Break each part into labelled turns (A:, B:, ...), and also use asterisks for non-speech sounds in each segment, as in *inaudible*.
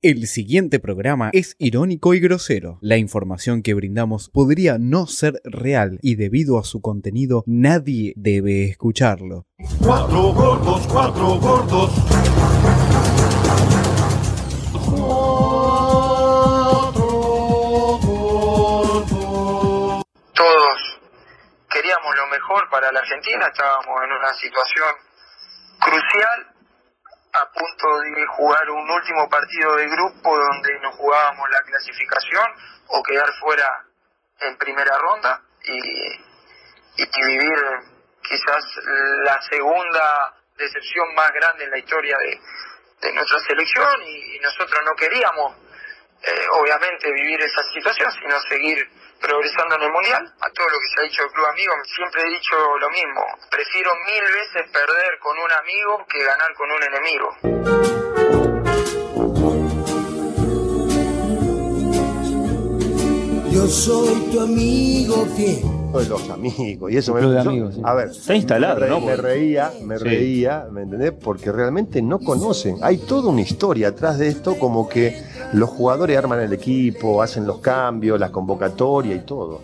A: El siguiente programa es irónico y grosero. La información que brindamos podría no ser real y debido a su contenido nadie debe escucharlo.
B: Cuatro gordos, cuatro gordos.
C: todos queríamos lo mejor para la Argentina, estábamos en una situación crucial, a punto de jugar un último partido de grupo donde nos jugábamos la clasificación o quedar fuera en primera ronda y, y vivir quizás la segunda decepción más grande en la historia de, de nuestra selección y, y nosotros no queríamos eh, obviamente vivir esa situación, sino seguir progresando en el Mundial. A todo lo que se ha dicho del Club Amigo, siempre he dicho lo mismo. Prefiero mil veces perder con un amigo que ganar con un enemigo.
D: Yo soy tu amigo fiel.
E: Lo de los amigos, y eso me
F: Club de
E: yo-
F: amigos, sí.
E: A ver,
G: Está instalado,
E: me, re-
G: ¿no?
E: me reía, me
F: Sí.
E: reía, ¿me entendés? Porque realmente no conocen. Hay toda una historia atrás de esto, como que los jugadores arman el equipo, hacen los cambios, las convocatorias y todo.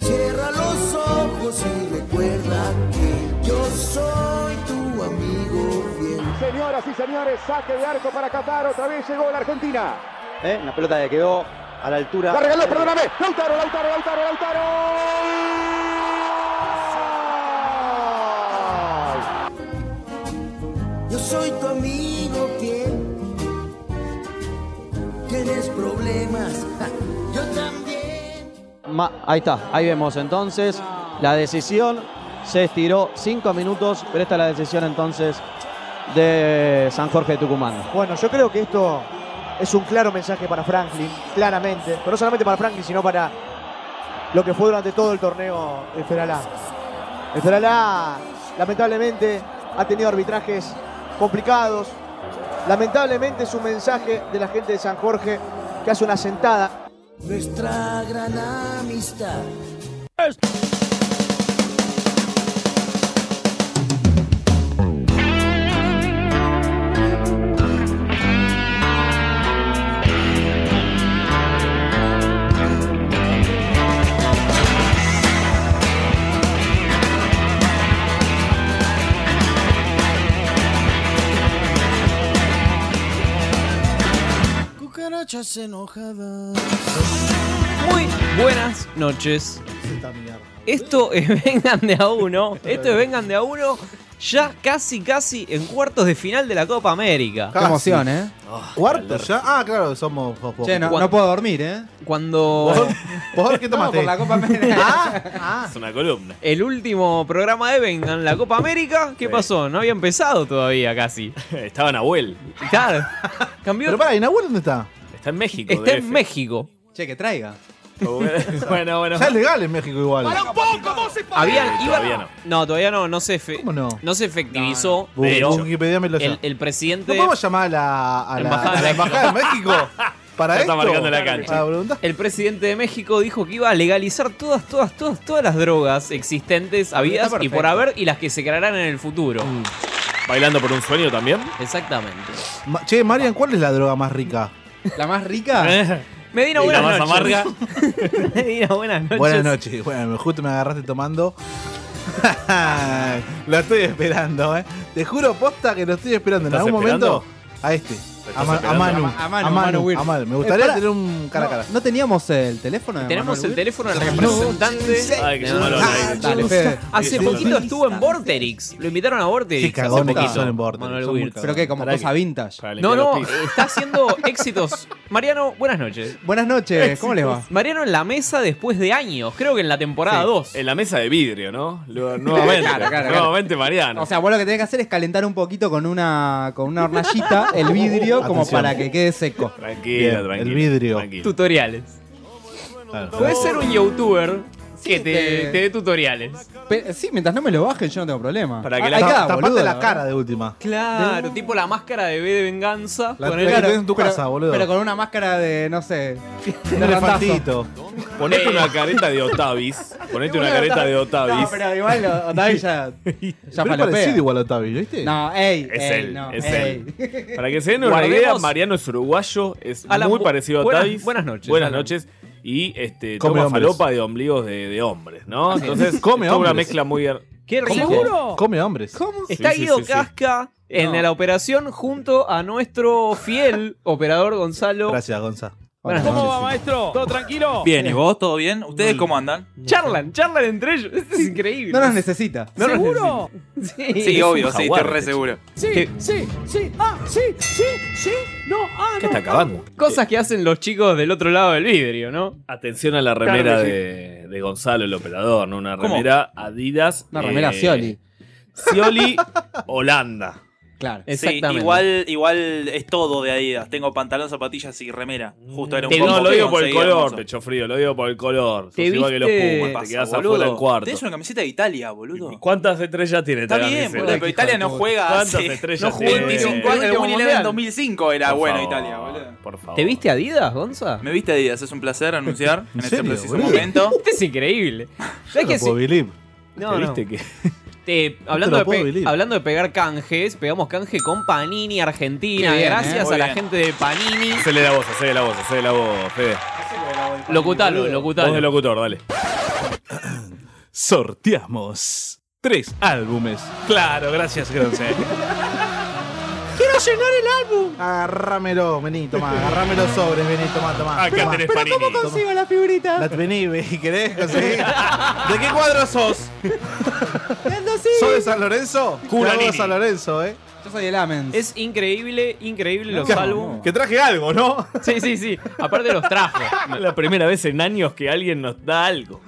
D: Cierra los ojos y recuerda que yo soy tu amigo fiel.
H: Señoras y señores, saque de arco para Qatar. Otra vez llegó la Argentina.
I: ¿eh? La pelota le quedó a la altura.
H: La regaló, perdóname. Lautaro, Lautaro, Lautaro, Lautaro.
D: Yo soy tu amigo fiel. Tienes problemas, ja, yo también.
I: Ma- ahí está, ahí vemos entonces la decisión. Se estiró cinco minutos, pero esta es la decisión entonces de San Jorge de Tucumán.
J: Bueno, yo creo que esto es un claro mensaje para Franklin, claramente. Pero no solamente para Franklin, sino para lo que fue durante todo el torneo el Feralá. El Feralá, lamentablemente, ha tenido arbitrajes complicados. Lamentablemente es un mensaje de la gente de San Jorge que hace una sentada
D: Nuestra gran amistad. Cucarachas enojadas.
K: Muy buenas noches. Esto es *laughs* Vengan de a uno. Esto es Vengan de a uno. Ya casi, casi en cuartos de final de la Copa América.
F: Qué emoción, ¿eh?
H: ¿Cuarto ya? Ah, claro, somos somos-
F: Che, no,
K: Cuan-
F: no puedo dormir, ¿eh?
K: Cuando *laughs*
H: ¿Por qué
F: No,
H: tomaste? Ah,
F: por la
H: *laughs*
F: Copa América.
G: Es una columna.
K: el último programa de Vengan, la Copa América, ¿qué
G: Sí.
K: pasó? No había empezado todavía casi.
G: *laughs* Estaba en Abuel.
H: *laughs*
K: Claro. Cambió.
H: Pero para, ¿y Nahuel dónde está?
G: Está en México.
K: Está en
G: DF.
K: México.
F: che, que traiga.
G: *laughs* bueno, bueno.
H: Ya es legal en México igual.
K: Habían,
G: Eh,
K: iba-
G: todavía no.
K: todavía no, no se, efe-
H: ¿Cómo no?
K: se efectivizó.
H: Google-
G: de hecho,
H: Wikipedia me lo
K: El,
H: ya.
K: el
H: ¿No
K: presidente.
H: podemos llamar a la, a la-
K: Embajada de
H: a la embajada de México? Para
G: Ya está
H: esto.
G: marcando la cancha.
H: Para preguntar.
K: El presidente de México dijo que iba a legalizar todas, todas, todas, todas las drogas existentes, habidas y
F: perfecto.
K: por haber y las que se crearán en el futuro.
H: Mm.
G: Bailando por un sueño también.
K: Exactamente.
H: Ma- Che, Marian, ¿cuál es la droga más rica?
F: ¿La más
G: *laughs*
F: rica?
K: Medina,
G: Y la
K: buenas
G: más
K: noches.
G: amarga.
K: *laughs* Medina, buenas noches.
H: Buenas noches. Bueno, justo me agarraste tomando. *laughs* lo estoy esperando, ¿eh? Te juro, posta que lo estoy esperando. En
G: ¿Estás
H: algún
G: esperando?
H: momento, a este.
G: estás
H: A, Ma- a
G: esperando?
H: Manu.
F: A Ma- a Manu,
H: A
F: Manu Wirth.
H: Manu. a Manu. Me gustaría
F: Eh, pará.
H: tener un cara a cara.
F: No, ¿no teníamos el teléfono de
K: Tenemos el
F: Manuel Wirth?
K: teléfono del representante.
G: Ay, que
K: de-
G: yo no lo
F: Ah,
G: aire.
F: Dale, Fede.
K: Hace
H: Sí,
K: poquito
H: sí.
K: estuvo en Vorterix. Lo invitaron a Vorterix.
H: Qué cagones
K: hace
H: que
K: poquito.
H: son en Vorterix,
K: Manuel
H: son muy
K: Wirth.
F: Pero que como
G: Pará
F: cosa
G: que-
F: vintage.
G: Para
K: No,
G: limpiar
K: no,
G: los pisos.
F: *laughs*
K: está haciendo éxitos. Mariano, buenas noches.
F: Buenas noches, ¿cómo les va?
K: Mariano en la mesa después de años, creo que en la temporada 2.
G: En la mesa de vidrio, ¿no?
K: *laughs*
G: Lo- nuevamente.
F: Claro, claro, claro.
G: Nuevamente Mariano.
F: O sea, vos lo que tenés que hacer es calentar un poquito con una, con una *laughs* hornallita el vidrio como
H: Atención.
F: para que quede seco.
G: tranquilo,
H: Bien,
G: tranquilo.
H: el vidrio.
G: tranquilo.
K: Tutoriales.
H: Claro.
K: Puede ser un youtuber
L: que te,
F: te-
L: te dé tutoriales.
F: Pe- sí, mientras no me lo bajen, yo no tengo problema.
L: Para que
F: Ah,
L: la-
F: ahí
L: Ta-
F: está,
L: tapate
F: boludo,
L: la
F: verdad.
H: cara de última.
K: Claro, tipo la máscara de B de venganza.
H: La-
K: Ponele-
H: la que tenés en tu
F: Pero-
H: casa, boludo.
F: Pero con una máscara *laughs* de, no sé,
H: Un
F: de randazo.
H: elefantito.
G: Ponete una careta de Otavis. Ponete una careta de Otavis.
F: No, pero igual
G: *laughs*
F: o- Otavis ya. ya
H: Pero es
F: falopea.
H: parecido igual a Otavi, ¿viste?
F: No, ey,
G: Es
F: ey,
G: él,
F: no,
G: es
F: ey.
G: él. Para que se den una
K: Guardemos-
G: idea, Mariano es uruguayo, es
K: Alan,
G: muy
K: bu-
G: parecido a
K: buenas-
G: Tavis.
K: buenas noches,
G: Buenas
K: Alan.
G: noches. Y este,
H: Come
G: toma
H: hombres.
G: falopa de ombligos de, de hombres, ¿no?
H: Así es.
G: Entonces,
H: Come
G: es toda una
H: hombres.
G: mezcla muy... ar-
K: ¿Qué
G: ¿Cómo?
K: seguro?
H: Come hombres.
K: Está
G: Sí, sí,
K: Guido
G: sí, sí.
K: Casca en
G: No.
K: la operación junto a nuestro fiel *laughs* operador Gonzalo.
H: Gracias, Gonzalo.
K: Buenas
M: ¿Cómo
K: noches.
M: va, maestro? ¿Todo tranquilo?
N: Bien, ¿y vos? ¿Todo bien? ¿Ustedes cómo andan?
K: Eh. Charlan, charlan entre ellos. Esto es increíble.
F: No nos necesita.
K: nos
M: ¿Seguro?
K: necesita.
N: Sí,
K: Es un
N: *laughs* obvio, sí,
K: jaguar,
N: estoy re
K: este
N: seguro.
M: Sí,
K: ¿Qué?
M: sí, sí. Ah, sí, sí, sí. No, ah, no.
G: acabando?
K: Cosas que hacen los chicos del otro lado del vidrio, ¿no?
G: Atención a la remera de, de Gonzalo, el operador, ¿no? Una
K: ¿Cómo?
G: remera Adidas. eh,
F: Una remera Scioli. *laughs*
G: Scioli, Holanda.
F: Claro,
N: Sí, igual, igual es todo de Adidas. Tengo pantalón, zapatillas y remera. Justo era un
G: Te- no,
N: combo
G: lo
N: que
G: digo por el
N: conseguí,
G: color,
N: hermoso.
G: pecho frío, lo digo por el color. Sos
N: Te
G: igual que los
N: viste-
G: Pumas, te
N: pasa,
G: quedás
N: boludo?
G: afuera del cuarto.
N: Tenés una camiseta de Italia, boludo.
G: ¿Cuántas estrellas tiene
N: Está
G: esta
N: bien,
G: camiseta?
N: boludo, pero Italia no juega
G: ¿Cuántas
N: hace...
G: estrellas
N: no jugó
G: tiene?
N: 25 años. El Mundial 2005 era
G: Por
N: bueno
G: favor,
N: Italia, boludo.
G: Por favor.
K: ¿Te viste Adidas, Gonza?
N: Me viste Adidas, es un placer anunciar en, este
K: serio,
N: preciso
K: boludo?
N: momento.
K: *laughs* Este es increíble. ¿Sabés que sí? No, no. Te- hablando,
N: lo
K: de
N: puedo
K: pe-
N: believe.
K: hablando de pegar canjes, pegamos canje con Panini Argentina.
G: Qué bien,
K: gracias
G: eh.
K: a la
G: Muy bien.
K: gente de Panini.
G: Hacele la voz, hacele la voz, hacele la voz, Fede.
K: Locutalo, locutalo.
G: Voz de locutor, dale.
H: Sorteamos tres álbumes. Claro, gracias, Gronce.
L: Quiero llenar el álbum.
H: Agárramelo, vení, tomá. Agarrame los sobres, vení, tomá, tomá.
L: Acá
H: tomá.
L: tenés Pero Panini. ¿cómo consigo
H: la figurita? vení, vení, ¿querés conseguir? ¿De qué cuadro sos? ¿Sos de San Lorenzo?
K: Culanini.
H: Te hago San Lorenzo, eh.
F: Yo soy el Amens.
K: Es increíble, increíble los
G: No.
K: álbumes.
H: Que traje algo, ¿no?
K: Sí, sí, sí. Aparte los trajo.
G: *laughs* La primera vez en años que alguien nos da algo.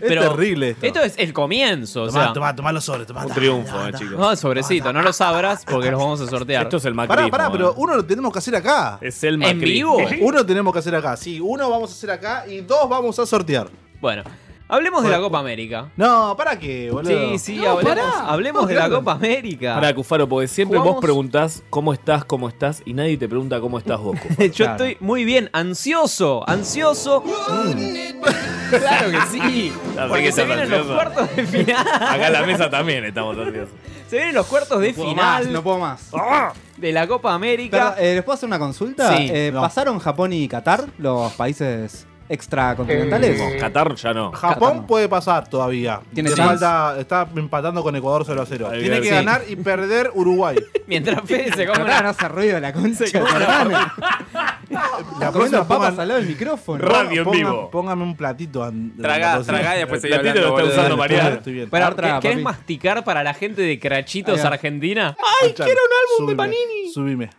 K: Es terrible esto. Esto es el comienzo. o
G: Tomá,
K: sea.
G: tomá,
H: Tomá los sobres, tomá.
G: Un triunfo, eh, chicos.
K: No, sobrecito, no lo sabrás porque los vamos a sortear.
G: Esto es el eh.
H: Pará, pará, pero uno lo tenemos que hacer acá.
G: Es el
K: ¿En vivo?
H: *laughs* Uno tenemos que hacer acá, sí. Uno vamos a hacer acá y dos vamos a sortear.
K: Bueno, hablemos de la Copa América.
H: No, ¿para qué, boludo?
K: Sí, sí, hablemos, hablemos de la Copa América.
G: Para Cufaro, porque siempre
K: Jugamos-
G: vos preguntás cómo estás, cómo estás, y nadie te pregunta cómo estás vos,
K: *laughs*
G: Cufaro.
K: Yo estoy muy bien, ansioso, ansioso. *laughs* claro que sí.
G: Claro,
K: Porque
G: sí,
K: se
G: estás
K: vienen los
G: ansioso.
K: cuartos de final.
G: Acá en la mesa también estamos ansiosos.
K: *laughs* Se vienen los cuartos de
F: No puedo
K: final.
F: más, no puedo más.
K: De la Copa
F: Perdón,
K: América.
F: eh, ¿Les puedo hacer una consulta?
K: Sí.
F: Eh,
K: No.
F: ¿Pasaron Japón y Qatar, los países extracontinentales?
G: No, Qatar ya no.
H: Japón puede pasar todavía.
F: Tiene
H: Le
F: chance.
H: falta- está empatando con Ecuador 0 a 0.
G: Ahí
H: Tiene
G: va,
H: que
G: sí.
H: ganar y perder Uruguay.
K: Mientras *laughs* Fede se come
F: Pará,
K: una-
F: no hace ruido la concha. de tu hermana. *laughs*
H: La
F: Comiendo
H: próxima
F: papas
H: pongan-
F: al lado del micrófono.
H: Radio
F: Pongan-
H: Póngame un platito. an-
N: Tragá,
H: la próxima.
N: tragá y después
H: El
N: seguí
H: platito
N: hablando,
H: lo está
N: boludo.
H: usando Mariano.
N: Dale,
H: Estoy bien.
K: Pará,
H: Artra,
K: ¿qué- ¿Querés
H: papi.
K: masticar para la gente de Crachitos
H: Ahí va.
K: Argentina?
H: ¡Ay, quiero
K: un álbum de
H: Panini! Subime.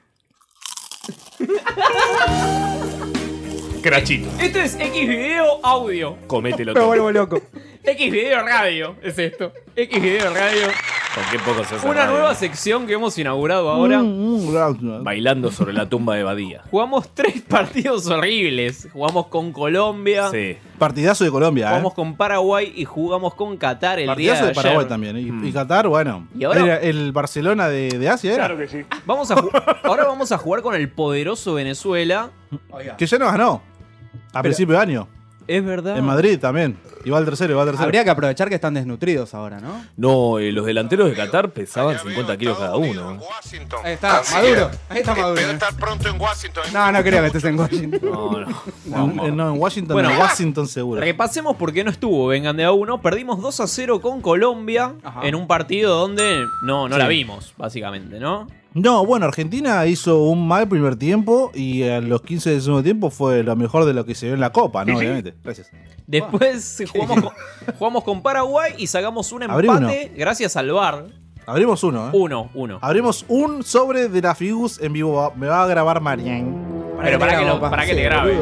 G: Crachito.
K: Esto es X Video Audio.
G: Comételo
F: Me
G: todo.
F: vuelvo loco.
K: X Video Radio es esto. X Video Radio.
G: Con qué poco se hace
K: Una
G: radio.
K: nueva sección que hemos inaugurado ahora.
G: Mm. Bailando sobre la tumba de Badía.
K: Jugamos tres *laughs* partidos horribles. Jugamos con Colombia.
G: Sí.
H: Partidazo de Colombia, ¿eh?
K: Jugamos con Paraguay y jugamos con Qatar el día
H: Partidazo
K: de,
H: de Paraguay
K: ayer.
H: también. Y, y Qatar, bueno.
K: ¿Y ahora?
H: Era el Barcelona de, de Asia, ¿era?
K: que sí. Vamos a ju- *laughs* ahora vamos a jugar con el poderoso Venezuela.
H: Que ya no ganó. A principio de año.
K: Es verdad.
H: En Madrid también. Y va al tercero, y va al tercero.
F: Habría que aprovechar que están desnutridos ahora, ¿no?
G: No, eh, los delanteros de Qatar pesaban 50 kilos cada uno.
F: Ahí está, Maduro. Ahí está Maduro. Ah, No, no creo que estés en Washington.
G: No, no.
H: No, no, en Washington,
K: Bueno.
H: en Washington seguro.
K: Repasemos por qué no estuvo Vengan de a uno. Perdimos 2 a 0 con Colombia en un partido donde no, no
H: Sí.
K: la vimos, básicamente, ¿no?
H: No, bueno, Argentina hizo un mal primer tiempo y a los 15 del segundo tiempo fue lo mejor de lo que se vio en la Copa, ¿no?
K: Sí, sí.
H: Obviamente. Gracias.
K: Después *laughs* jugamos, con, jugamos con Paraguay y sacamos un
H: Abrí
K: empate gracias al VAR.
H: Abrimos uno, ¿eh?
K: Uno, uno.
H: Abrimos un sobre de la Figus en vivo. Va- Me va a grabar Marian.
K: Pero para que, lo- para que te grabe.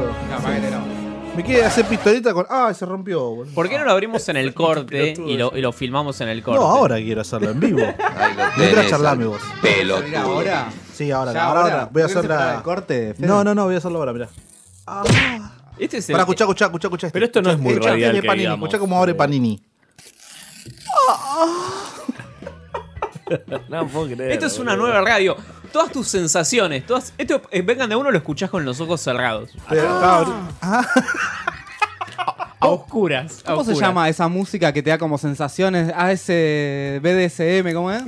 H: Me quiere hacer pistolita con. Ah, se rompió, boludo.
K: ¿Por qué no lo abrimos *laughs* en el corte y lo, y lo filmamos en el corte?
H: No, ahora quiero hacerlo en vivo. Mientras charlame vos.
K: Pelo.
F: ahora?
H: Sí, ahora,
F: Ya
H: ahora,
F: ahora.
H: ahora. Voy a
F: ¿Por qué no
H: hacer
F: se para
H: la.
F: el corte, Fede?
H: no, no, no, voy a hacerlo ahora, mirá.
K: Este es el-
H: Para escuchar, escuchar, escuchar, escuchar.
G: Pero esto no es muy radial que
H: este. Panini,
G: digamos.
H: escuchá cómo abre Panini.
K: *laughs*
F: Oh.
K: No puedo creer, Esto es una nueva radio. Todas tus sensaciones, todas. Esto eh, vengan de uno, lo escuchás con los ojos cerrados. Ah,
F: A oscuras.
K: a
F: ¿Cómo se
K: oscuras.
F: llama esa música que te da como sensaciones? AS BDSM, ¿cómo es?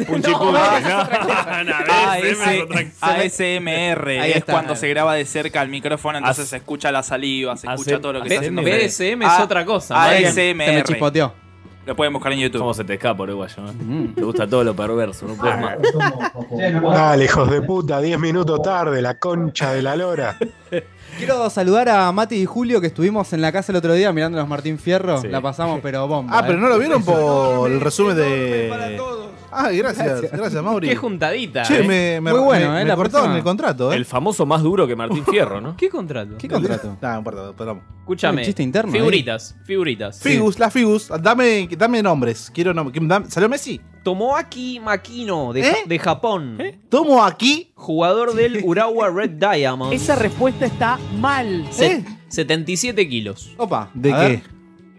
N: ASMR
F: Ahí
N: es
F: está.
N: cuando se graba de cerca el micrófono, entonces se escucha la saliva, se escucha todo lo que está haciendo.
K: BDSM es
N: Ah,
K: otra cosa.
H: Ah,
N: ASMR.
K: Se me chispoteó.
N: Lo pueden buscar en YouTube. Ah.
G: ¿Cómo se te escapa, uruguayo? eh? Te gusta todo lo perverso, no puedes más.
O: Dale, hijos de puta, 10 minutos tarde, la concha de la lora.
F: Quiero saludar a Mati y Julio que estuvimos en la casa el otro día mirando los Martín Fierro.
H: Sí.
F: La pasamos, pero bomba.
H: Ah, pero
F: ¿eh?
H: no lo vieron por el resumen de. Ah, gracias, gracias,
F: Gracias.
H: Mauri.
K: Qué juntadita.
H: Che,
K: eh.
H: me, me- me- me cortaron el contrato, ¿eh?
G: El famoso más duro que Martín Fierro, ¿no?
K: ¿Qué contrato?
H: ¿Qué contrato? no, no importa, perdón.
K: Escúchame.
H: ¿eh?
K: Figuritas, figuritas.
H: Figus, las Figus, dame, dame nombres. Quiero nombres. ¿Salió Messi? ¿Eh?
K: Tomoaki Makino de, Ja- de Japón.
H: Tomo aquí.
K: ¿Eh?
H: ¿Eh?
K: Jugador
H: *laughs*
K: del Urawa Red Diamond.
P: Esa respuesta está mal. ¿eh?
K: Se- 77 kilos.
F: Opa.
H: ¿De qué?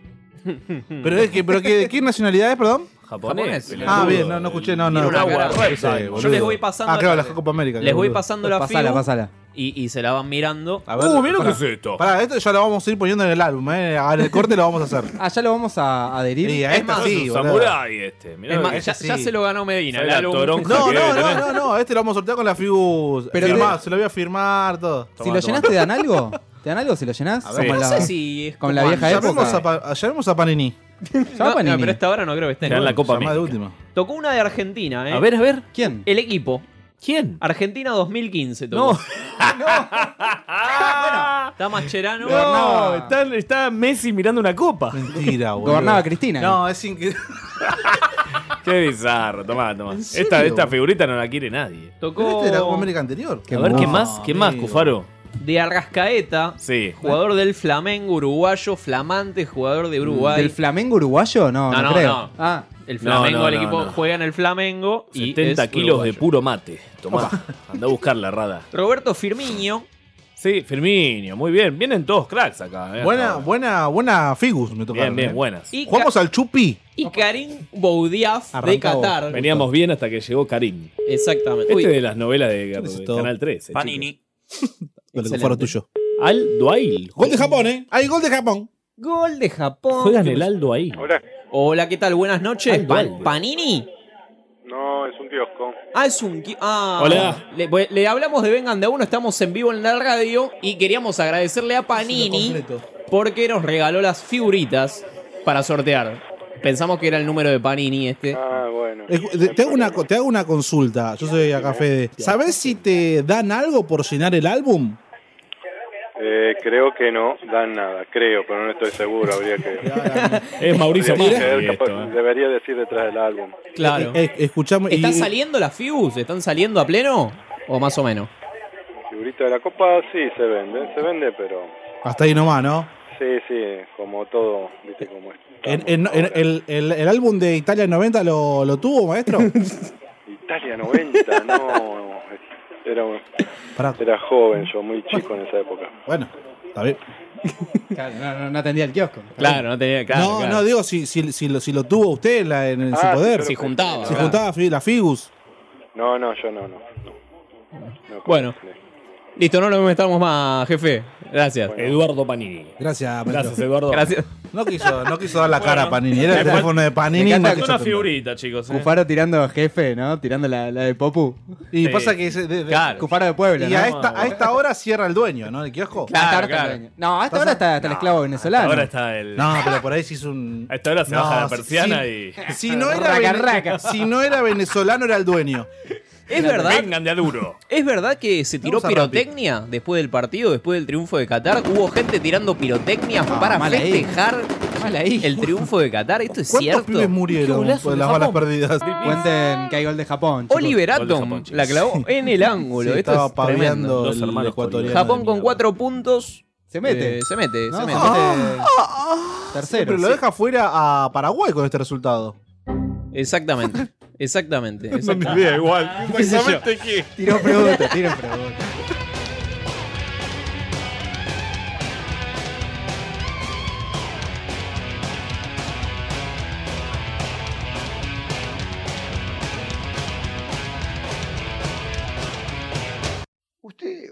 H: *laughs* ¿Pero, es que, pero que- de qué nacionalidad es, perdón?
K: Japonés.
H: Ah, bien, no, no escuché, no, no.
K: Tiene una
H: Ah,
K: guarda.
H: sí,
K: ¿eh? Yo
H: boludo.
K: les voy pasando.
H: Ah, claro,
K: la-
H: la Copa América.
K: Les voy
H: boludo.
K: pasando la
H: Pasala,
K: figu
H: pasala.
K: Y, y se la van mirando.
H: A ver,
F: Uh,
H: pará. Pará, esto ya lo vamos a ir poniendo en el álbum, ¿eh? En el corte lo vamos a hacer.
F: *laughs* Ah, ya lo vamos a adherir.
H: Sí, a esta sí, boludo.
G: este.
H: mirá
K: Es
H: lo
K: más,
H: que-
K: ya,
H: ese
K: ya
H: sí.
K: se lo ganó Medina.
H: Sabe
K: el
H: la
K: álbum.
H: toronja No, no, no, no, no, este lo vamos a sortear con la Figus.
F: ¿eh? Pero
H: Firmá,
F: te-
H: se lo voy a firmar, todo.
F: si lo llenas, ¿te dan
K: *laughs*
F: algo? ¿Te dan algo si lo llenas?
H: A ver. No sé si
K: es
F: con la vieja
H: Llamemos
F: época.
H: a, Pa- llamemos a Panini.
K: No, no, pero esta hora no creo que esté.
H: Será en la Copa Llamá de
K: última. Tocó una de Argentina, ¿eh?
H: A ver, a
K: ver.
F: ¿Quién?
K: El equipo. ¿Quién? Argentina 2015. *laughs* Tocó. No. Está Mascherano.
G: No, está, está Messi mirando una copa.
H: Mentira,
K: boludo.
F: Gobernaba Cristina.
H: No, es increíble.
G: Qué bizarro, tomá, tomá.
H: serio?
G: Esta, esta figurita no la quiere nadie.
H: Pero
K: Tocó
H: este era Copa América anterior.
G: a ver, ¿qué más? ¿Qué más, Cufaro?
K: de Arrascaeta.
G: Sí.
K: Jugador del Flamengo uruguayo, flamante jugador de Uruguay.
F: ¿Del Flamengo uruguayo? No, no,
K: no, no,
F: creo.
K: no.
F: Ah.
K: El Flamengo,
G: No, no,
K: el
G: no,
K: equipo
G: no.
K: juega en el Flamengo. Y
G: 70
K: es
G: kilos de
K: uruguayo.
G: puro mate. Tomá, anda a buscar la rada.
K: Roberto Firmiño.
G: Sí, Firmino, muy bien. Vienen todos cracks acá. eh,
H: Buena,
G: hasta ahora.
H: buena, buena Figus me tocaron.
G: Bien, bien,
H: ¿eh?
G: buenas.
K: Y
H: Jugamos al Chupi.
K: Y Karim Boudiaf de Qatar.
G: Veníamos bien hasta que llegó Karim.
K: Exactamente. Uy.
G: Este de las novelas de, de
H: necesito?
G: Canal
K: *laughs*
G: 13.
N: Panini.
H: Dale, Cufaro tuyo.
G: Al Duail.
H: Gol de Japón, ¿eh? Hay gol de Japón.
K: Gol de Japón.
G: Juegan el Aldo ahí.
K: Hola. Hola, ¿qué tal? Buenas noches. Pa- ¿Panini?
Q: No, es un kiosco.
K: Ah, es un... qui- Ah,
Q: Hola.
K: Le, pues, le hablamos de Vengan de a Uno, estamos en vivo en la radio y queríamos agradecerle a Panini porque nos regaló las figuritas para sortear. Pensamos que era el número de Panini este.
Q: Ah, bueno.
H: Escu- te- Te hago, una, co- te hago una consulta. Yo soy acá Fede. ¿Sabés si te dan algo por llenar el álbum?
Q: Eh, creo que no dan nada, creo, pero no estoy seguro. Habría
K: *laughs*
Q: que.
G: Es Mauricio
Q: Habría que
G: Macri
Q: ver, capaz-
G: esto, eh.
Q: Debería decir detrás del álbum.
K: Claro.
H: Eh, escuchamos.
K: ¿Están
H: y-
K: saliendo las Fibus? ¿Están saliendo a pleno? ¿O más o menos?
Q: Figurita de la copa sí se vende, se vende, pero.
H: Hasta ahí nomás, ¿no?
Q: Sí, sí, como todo, viste cómo es.
H: En- en- en- el, el- el álbum de Italia 90 lo, lo tuvo, maestro?
Q: Italia 90, no. Era, un-
H: Pará.
Q: era joven, yo muy chico en esa época.
H: Bueno, está bien.
F: Claro, no, no, no atendía el kiosco.
K: Claro, no tenía
H: no, no, digo si, si, si, lo, si lo tuvo usted en la- en, en su
Q: Ah, sí,
H: poder.
Q: yo lo Si juntaba,
H: Si
Q: claro.
H: juntaba fi- la Figus.
Q: No, no, yo no, no. no. No,
K: Bueno. Listo, no lo molestamos más, jefe. Gracias.
G: Eduardo Panini.
H: Gracias,
G: Gracias, Eduardo.
K: Gracias.
H: No quiso, no quiso dar la cara a
G: Bueno.
H: Panini. Era el
G: Me
H: teléfono de Panini.
G: me
H: no
G: encanta
H: quiso
G: una
H: atender.
G: figurita, chicos. eh.
F: Cufaro tirando jefe, ¿no? Tirando la, la de Popu.
H: Y pasa que ese- de- de-
F: Cufaro de Puebla,
H: Y a esta, a esta hora cierra el dueño, ¿no? El kiosco.
F: Claro, claro. No, a esta hora está, está el esclavo venezolano.
G: Ahora está el.
H: No, pero por ahí sí es
F: *laughs*
H: un.
G: A esta hora se
H: No,
G: baja la
H: si-
G: persiana
H: si-
G: y.
H: Si no, era
F: Raca,
H: vene-
F: raca.
H: si no era venezolano, era el dueño.
K: ¿Es verdad?
G: Vengan de a duro.
K: ¿Es verdad que se tiró
H: Vamos a Rappi.
K: pirotecnia después del partido, después del triunfo de Qatar? ¿Hubo gente tirando pirotecnia
R: Ah,
H: Ah,
K: para
F: mala ahí.
K: festejar el triunfo de Qatar? ¿Esto es
H: ¿Cuántos
K: cierto?
H: pibes murieron por *laughs* Pues las balas perdidas?
F: Cuenten que hay gol de Japón. chicos.
K: Oliver Atom la clavó en el ángulo.
F: Sí,
K: Esto
F: estaba
K: es
F: paviando
K: tremendo.
F: el Dos hermanos ecuatoriano
K: Japón
F: de
K: con cuatro puntos.
F: Se mete.
K: Eh, se mete,
F: No,
K: se
F: se
K: mete.
F: mete tercero.
H: pero lo
F: Sí.
H: deja fuera a Paraguay con este resultado.
K: Exactamente. Exactamente. exactamente.
H: idea,
K: *laughs*
H: igual.
K: ¿Qué sé yo?
H: Exactamente qué.
F: Tiro pregunta, tiro pregunta.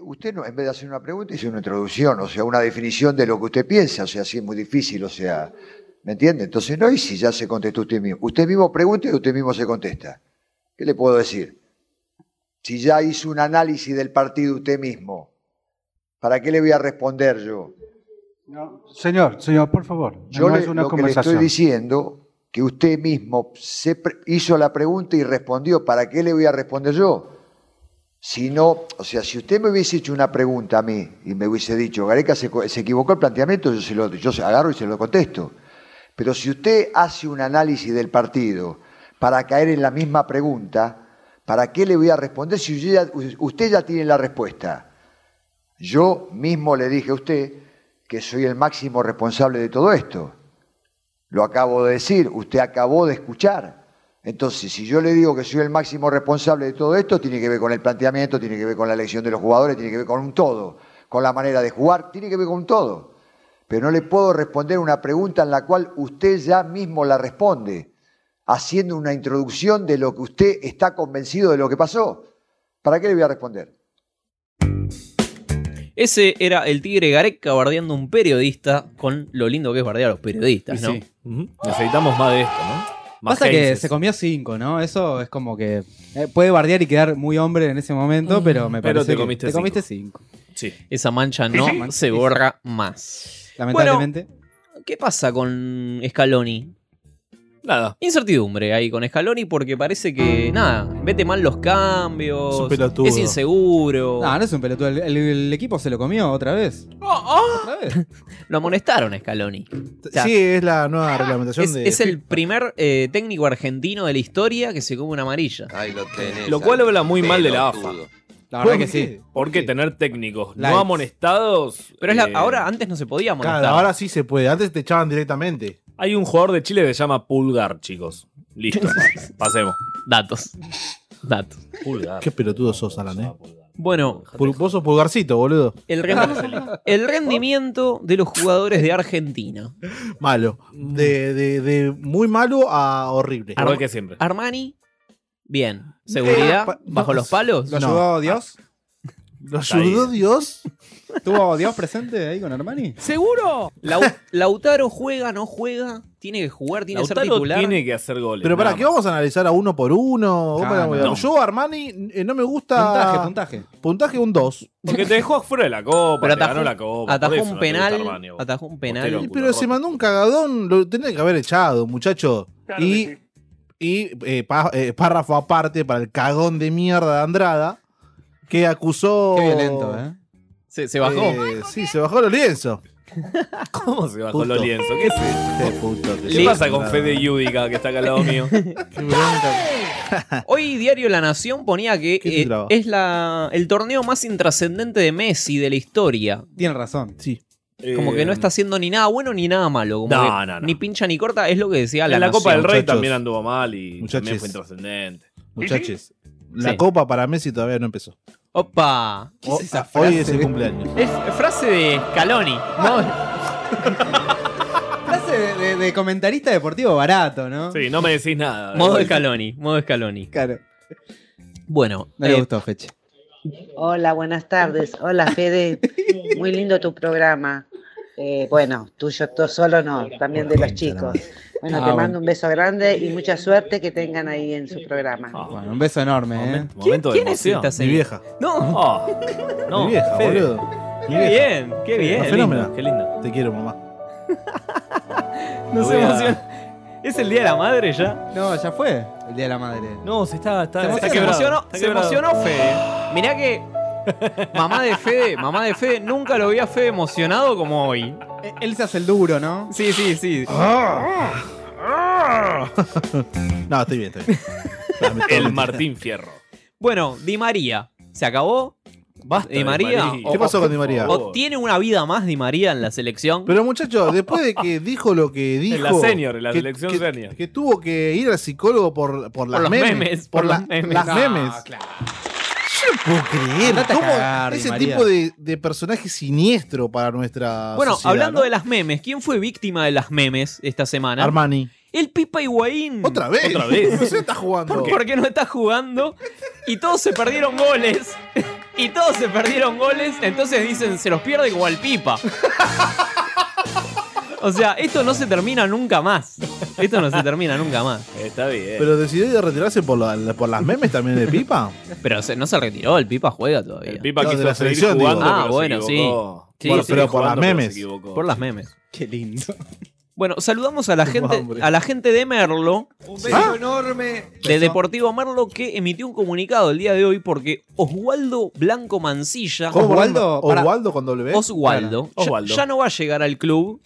S: usted no- en vez de hacer una pregunta, hizo una introducción, o sea, una definición de lo que usted piensa, o sea, sí es muy difícil, o sea, ¿me entiende? Entonces no, y si ya se contestó usted mismo. Usted mismo pregunta y usted mismo se contesta. ¿Qué le puedo decir? Si ya hizo un análisis del partido usted mismo, ¿para qué le voy a responder yo?
T: Señor, señor, por favor.
S: Yo
T: no
S: le-
T: es una
S: lo que le estoy
T: conversación.
S: diciendo que usted mismo se pre- hizo la pregunta y respondió. ¿Para qué le voy a responder yo? Si no, o sea, si usted me hubiese hecho una pregunta a mí y me hubiese dicho, Gareca se, co- se equivocó el planteamiento, yo, se lo, yo se agarro y se lo contesto. Pero si usted hace un análisis del partido para caer en la misma pregunta, ¿para qué le voy a responder si usted ya- usted ya tiene la respuesta? Yo mismo le dije a usted que soy el máximo responsable de todo esto. Lo acabo de decir, usted acabó de escuchar. Entonces, si yo le digo que soy el máximo responsable de todo esto, tiene que ver con el planteamiento, tiene que ver con la elección de los jugadores, tiene que ver con un todo, con la manera de jugar, tiene que ver con un todo. Pero no le puedo responder una pregunta en la cual usted ya mismo la responde, haciendo una introducción de lo que usted está convencido de lo que pasó. ¿Para qué le voy a responder?
K: Ese era el tigre Gareca bardeando un periodista con lo lindo que es bardear a los periodistas,
G: Y
K: ¿no?
G: sí. Necesitamos más de esto, ¿no? Más
F: Pasa que
G: Heises.
F: se comió cinco, ¿no? Eso es como que eh, puede bardear y quedar muy hombre en ese momento, pero me
K: Pero
F: parece
K: te
F: que
K: comiste
F: te
K: cinco.
F: comiste cinco.
G: Sí.
K: Esa mancha no
F: Sí, sí.
K: se borra más.
F: Lamentablemente.
K: Bueno, ¿Qué pasa con Scaloni?
G: Nada.
K: Incertidumbre ahí con Scaloni porque parece que, nada, vete mal los cambios.
F: Es un pelotudo.
K: Es inseguro.
F: No, no es un pelotudo. El, el- el equipo se lo comió otra vez.
G: Oh,
K: *laughs* Lo amonestaron a Scaloni. O sea,
H: sí, es la
F: Ah,
H: nueva reglamentación
K: Es,
H: de.
K: es el primer eh, técnico argentino de la historia que se come una amarilla.
I: Ahí lo tenés.
G: Lo cual habla muy mal de la AFA.
K: La verdad que sí.
G: Porque tener técnicos
H: Lights.
G: no amonestados.
K: Pero es la-
G: eh,
K: ahora antes no se podía amonestar.
H: Claro, ahora sí se puede. Antes te echaban directamente.
G: Hay un jugador de Chile que se llama Pulgar, chicos.
K: *laughs*
G: Listo. Pasemos.
K: Datos. Datos.
G: Pulgar.
H: Qué pelotudo sos, Alan, eh.
K: Bueno,
H: Pul- vos sos pulgarcito, boludo.
K: el, rendi- el rendimiento de los jugadores de Argentina. Mm.
H: Malo. De, de- de muy malo a horrible.
K: Igual
G: que siempre.
K: Armani, bien. Seguridad,
H: Eh, pa-
K: bajo
H: no,
K: los palos.
H: ¿lo ayudó
F: Dios?
H: ¿Lo
K: Está bien.
H: ayudó Dios?
F: ¿Tuvo Dios presente ahí con Armani?
K: ¿Seguro? Lautaro juega, no juega. Tiene que jugar, tiene que ser
G: Lautaro
K: titular.
G: tiene que hacer goles.
H: Pero para,
G: nada
H: ¿qué vamos a analizar a uno por uno? ¿Vos
G: Ah,
H: para-
G: no.
H: Yo, Armani, eh, no me gusta.
G: Puntaje,
F: puntaje.
H: Puntaje un 2.
G: Porque te dejó fuera de la copa,
K: Pero
G: te
K: atajó-
G: ganó la copa.
K: atajó
G: por eso
K: un
G: no te gusta
K: penal,
G: Armani, vos.
K: atajó un penal.
G: Postero, culo
H: Pero se
G: roto.
H: mandó un cagadón, lo tenía que haber echado, muchacho. y y eh, pa- eh, párrafo aparte para el cagón de mierda de Andrada, que acusó.
F: Qué violento, ¿eh?
K: Se, se bajó.
H: Eh, sí, se bajó los lienzos.
G: ¿Cómo se bajó
H: Puto.
G: los lienzos? ¿Qué es
H: Eh,
G: esto?
H: Qué puto que
G: ¿Qué
H: sos,
G: pasa con
H: Andrada.
G: Fede Yudica que está acá al lado mío?
K: *laughs* Hoy Diario La Nación ponía que eh,
F: titulaba?
K: es la, el torneo más intrascendente de Messi de la historia.
F: Tiene razón.
H: Sí.
G: Eh,
K: Como que no está haciendo ni nada bueno ni nada malo. Como
G: No,
K: que
G: no, no.
K: Ni pincha ni corta, es lo que decía la
G: en la Copa del
K: Nación.
G: Rey
H: muchachos.
G: también anduvo mal y también
H: Muchachos.
G: fue intrascendente.
H: Muchachos, la
G: Sí.
H: copa para Messi todavía no empezó.
K: Opa.
H: O- Hoy es el cumpleaños.
K: Es frase de Scaloni. No,
F: *laughs* Frase de, de- de comentarista deportivo barato, ¿no?
G: Sí, no me decís nada.
K: modo Scaloni, modo Scaloni.
F: Claro.
K: Bueno,
F: No le
K: eh,
F: gustó, Feche.
U: Hola, buenas tardes. Hola, Fede. Muy lindo tu programa. Eh, bueno, tuyo tú solo no, también de los chicos. Bueno,
F: Ah,
U: te
F: bueno.
U: mando un beso grande y mucha suerte que tengan ahí en su programa.
F: Ah, Bueno, un beso enorme, ¿eh?
G: Momento
K: ¿Quién es esta
H: Mi
K: señora?
H: vieja.
K: No,
G: Oh,
K: no.
H: Mi vieja,
K: Fede.
H: boludo. Mi
K: Qué
H: vieja.
K: bien, qué bien.
H: Un fenómeno.
G: Qué lindo.
H: Te quiero, mamá.
K: No se
G: Voy a-
K: emociona. ¿Es el Día de la Madre ya?
F: No, ya fue el Día de la Madre.
G: No, se está. está
K: Se,
G: está
K: emocionó,
G: quebrado, está
K: se
G: quebrado.
K: emocionó Fede. Mirá que mamá de Fede, mamá de Fede, nunca lo vi a Fede emocionado como hoy.
F: Eh, Él se hace el duro, ¿no? Ah.
K: Sí, sí, sí.
H: *laughs* No, estoy bien, estoy bien. Dame todo
G: El
H: mentira.
G: Martín Fierro.
K: Bueno, Di María, ¿se acabó?
G: Basta
K: Di
G: de
K: María.
G: María.
K: o-
H: ¿Qué pasó
K: o-
H: con Di María?
K: o tiene una vida más Di María en la selección?
H: Pero muchachos, después de que dijo lo que dijo.
G: En la senior, en la
H: que-
G: selección
H: que,
G: senior.
H: que tuvo que ir al psicólogo por, por las
G: los
H: memes,
G: memes,
H: Por,
G: por
H: la-
G: los memes.
H: las
G: No,
H: memes. Yo no puedo creer.
F: Andate a
H: cómo
F: cagar, Di
H: ese
F: María.
H: tipo de, de personaje siniestro para nuestra.
K: bueno,
H: sociedad,
K: hablando
H: ¿no?
K: de las memes, ¿quién fue víctima de las memes esta semana?
H: Armani.
K: El Pipa Higuaín.
H: Otra vez. *laughs*
G: Otra vez.
H: No sé, está jugando.
K: ¿Por qué? Porque no está jugando y todos se perdieron goles. y todos se perdieron goles, entonces dicen, se los pierde como al pipa. O sea, esto no se termina nunca más. Esto no se termina nunca más. Está bien. Pero,
H: Pero decidió de retirarse por, la- por las memes también de
K: *laughs*
H: Pipa.
K: se- no se retiró, el pipa juega todavía. El
H: Pipa No, quiso de la seguir selección, jugando, digo.
K: Ah,
H: pero se
K: bueno, sí.
H: equivocó.
K: Sí,
H: Bueno,
K: sí,
H: pero
K: sí,
H: por las
K: jugando, pero
H: memes.
K: se equivocó. Por las memes.
F: Qué lindo.
K: Bueno, saludamos a la gente,
F: Hombre.
K: a la gente de Merlo.
F: Un
K: Sí.
F: beso
M: ¿Ah?
F: enorme.
M: *laughs*
K: de Deportivo Merlo que emitió un comunicado el día de hoy porque Oswaldo Blanco Mancilla.
H: ¿Cómo?
K: Oswaldo, para-
H: Oswaldo con W.
K: Oswaldo,
H: Claro.
K: ya-
H: Oswaldo.
K: Ya, no va a llegar al club.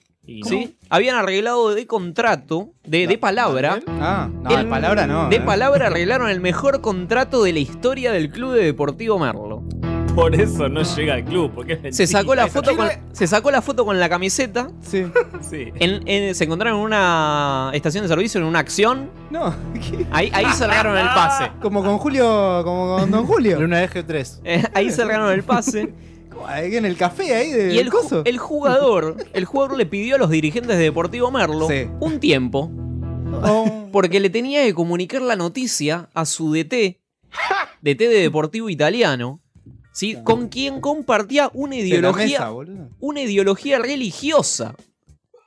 K: ¿sí? Habían arreglado de contrato, de, de palabra.
F: Ah, no, de palabra no,
K: De
F: eh.
K: palabra arreglaron el mejor contrato de la historia del club de Deportivo Merlo.
G: Por eso no llega al club, porque es
K: Se
G: mentira.
K: sacó la foto con, se sacó la, foto con la camiseta.
F: Sí.
G: Sí.
K: En- en- se encontraron en una estación de servicio, en una acción.
F: No. *laughs*
K: Ahí, ahí cerraron el Ah. pase.
F: Como con Julio, como con Don Julio. En
H: una EG3.
K: Eh, ahí cerraron
F: *laughs*
K: el pase.
F: En el café ahí de
K: Y el, ju-
F: coso.
K: el jugador, el jugador le pidió a los dirigentes de Deportivo Merlo
F: Sí. Oh.
K: un tiempo. Porque le tenía que comunicar la noticia a su DT, DT de Deportivo Italiano, ¿sí? con quien compartía una
F: De la
K: ideología,
F: mesa, boludo.
K: una ideología religiosa.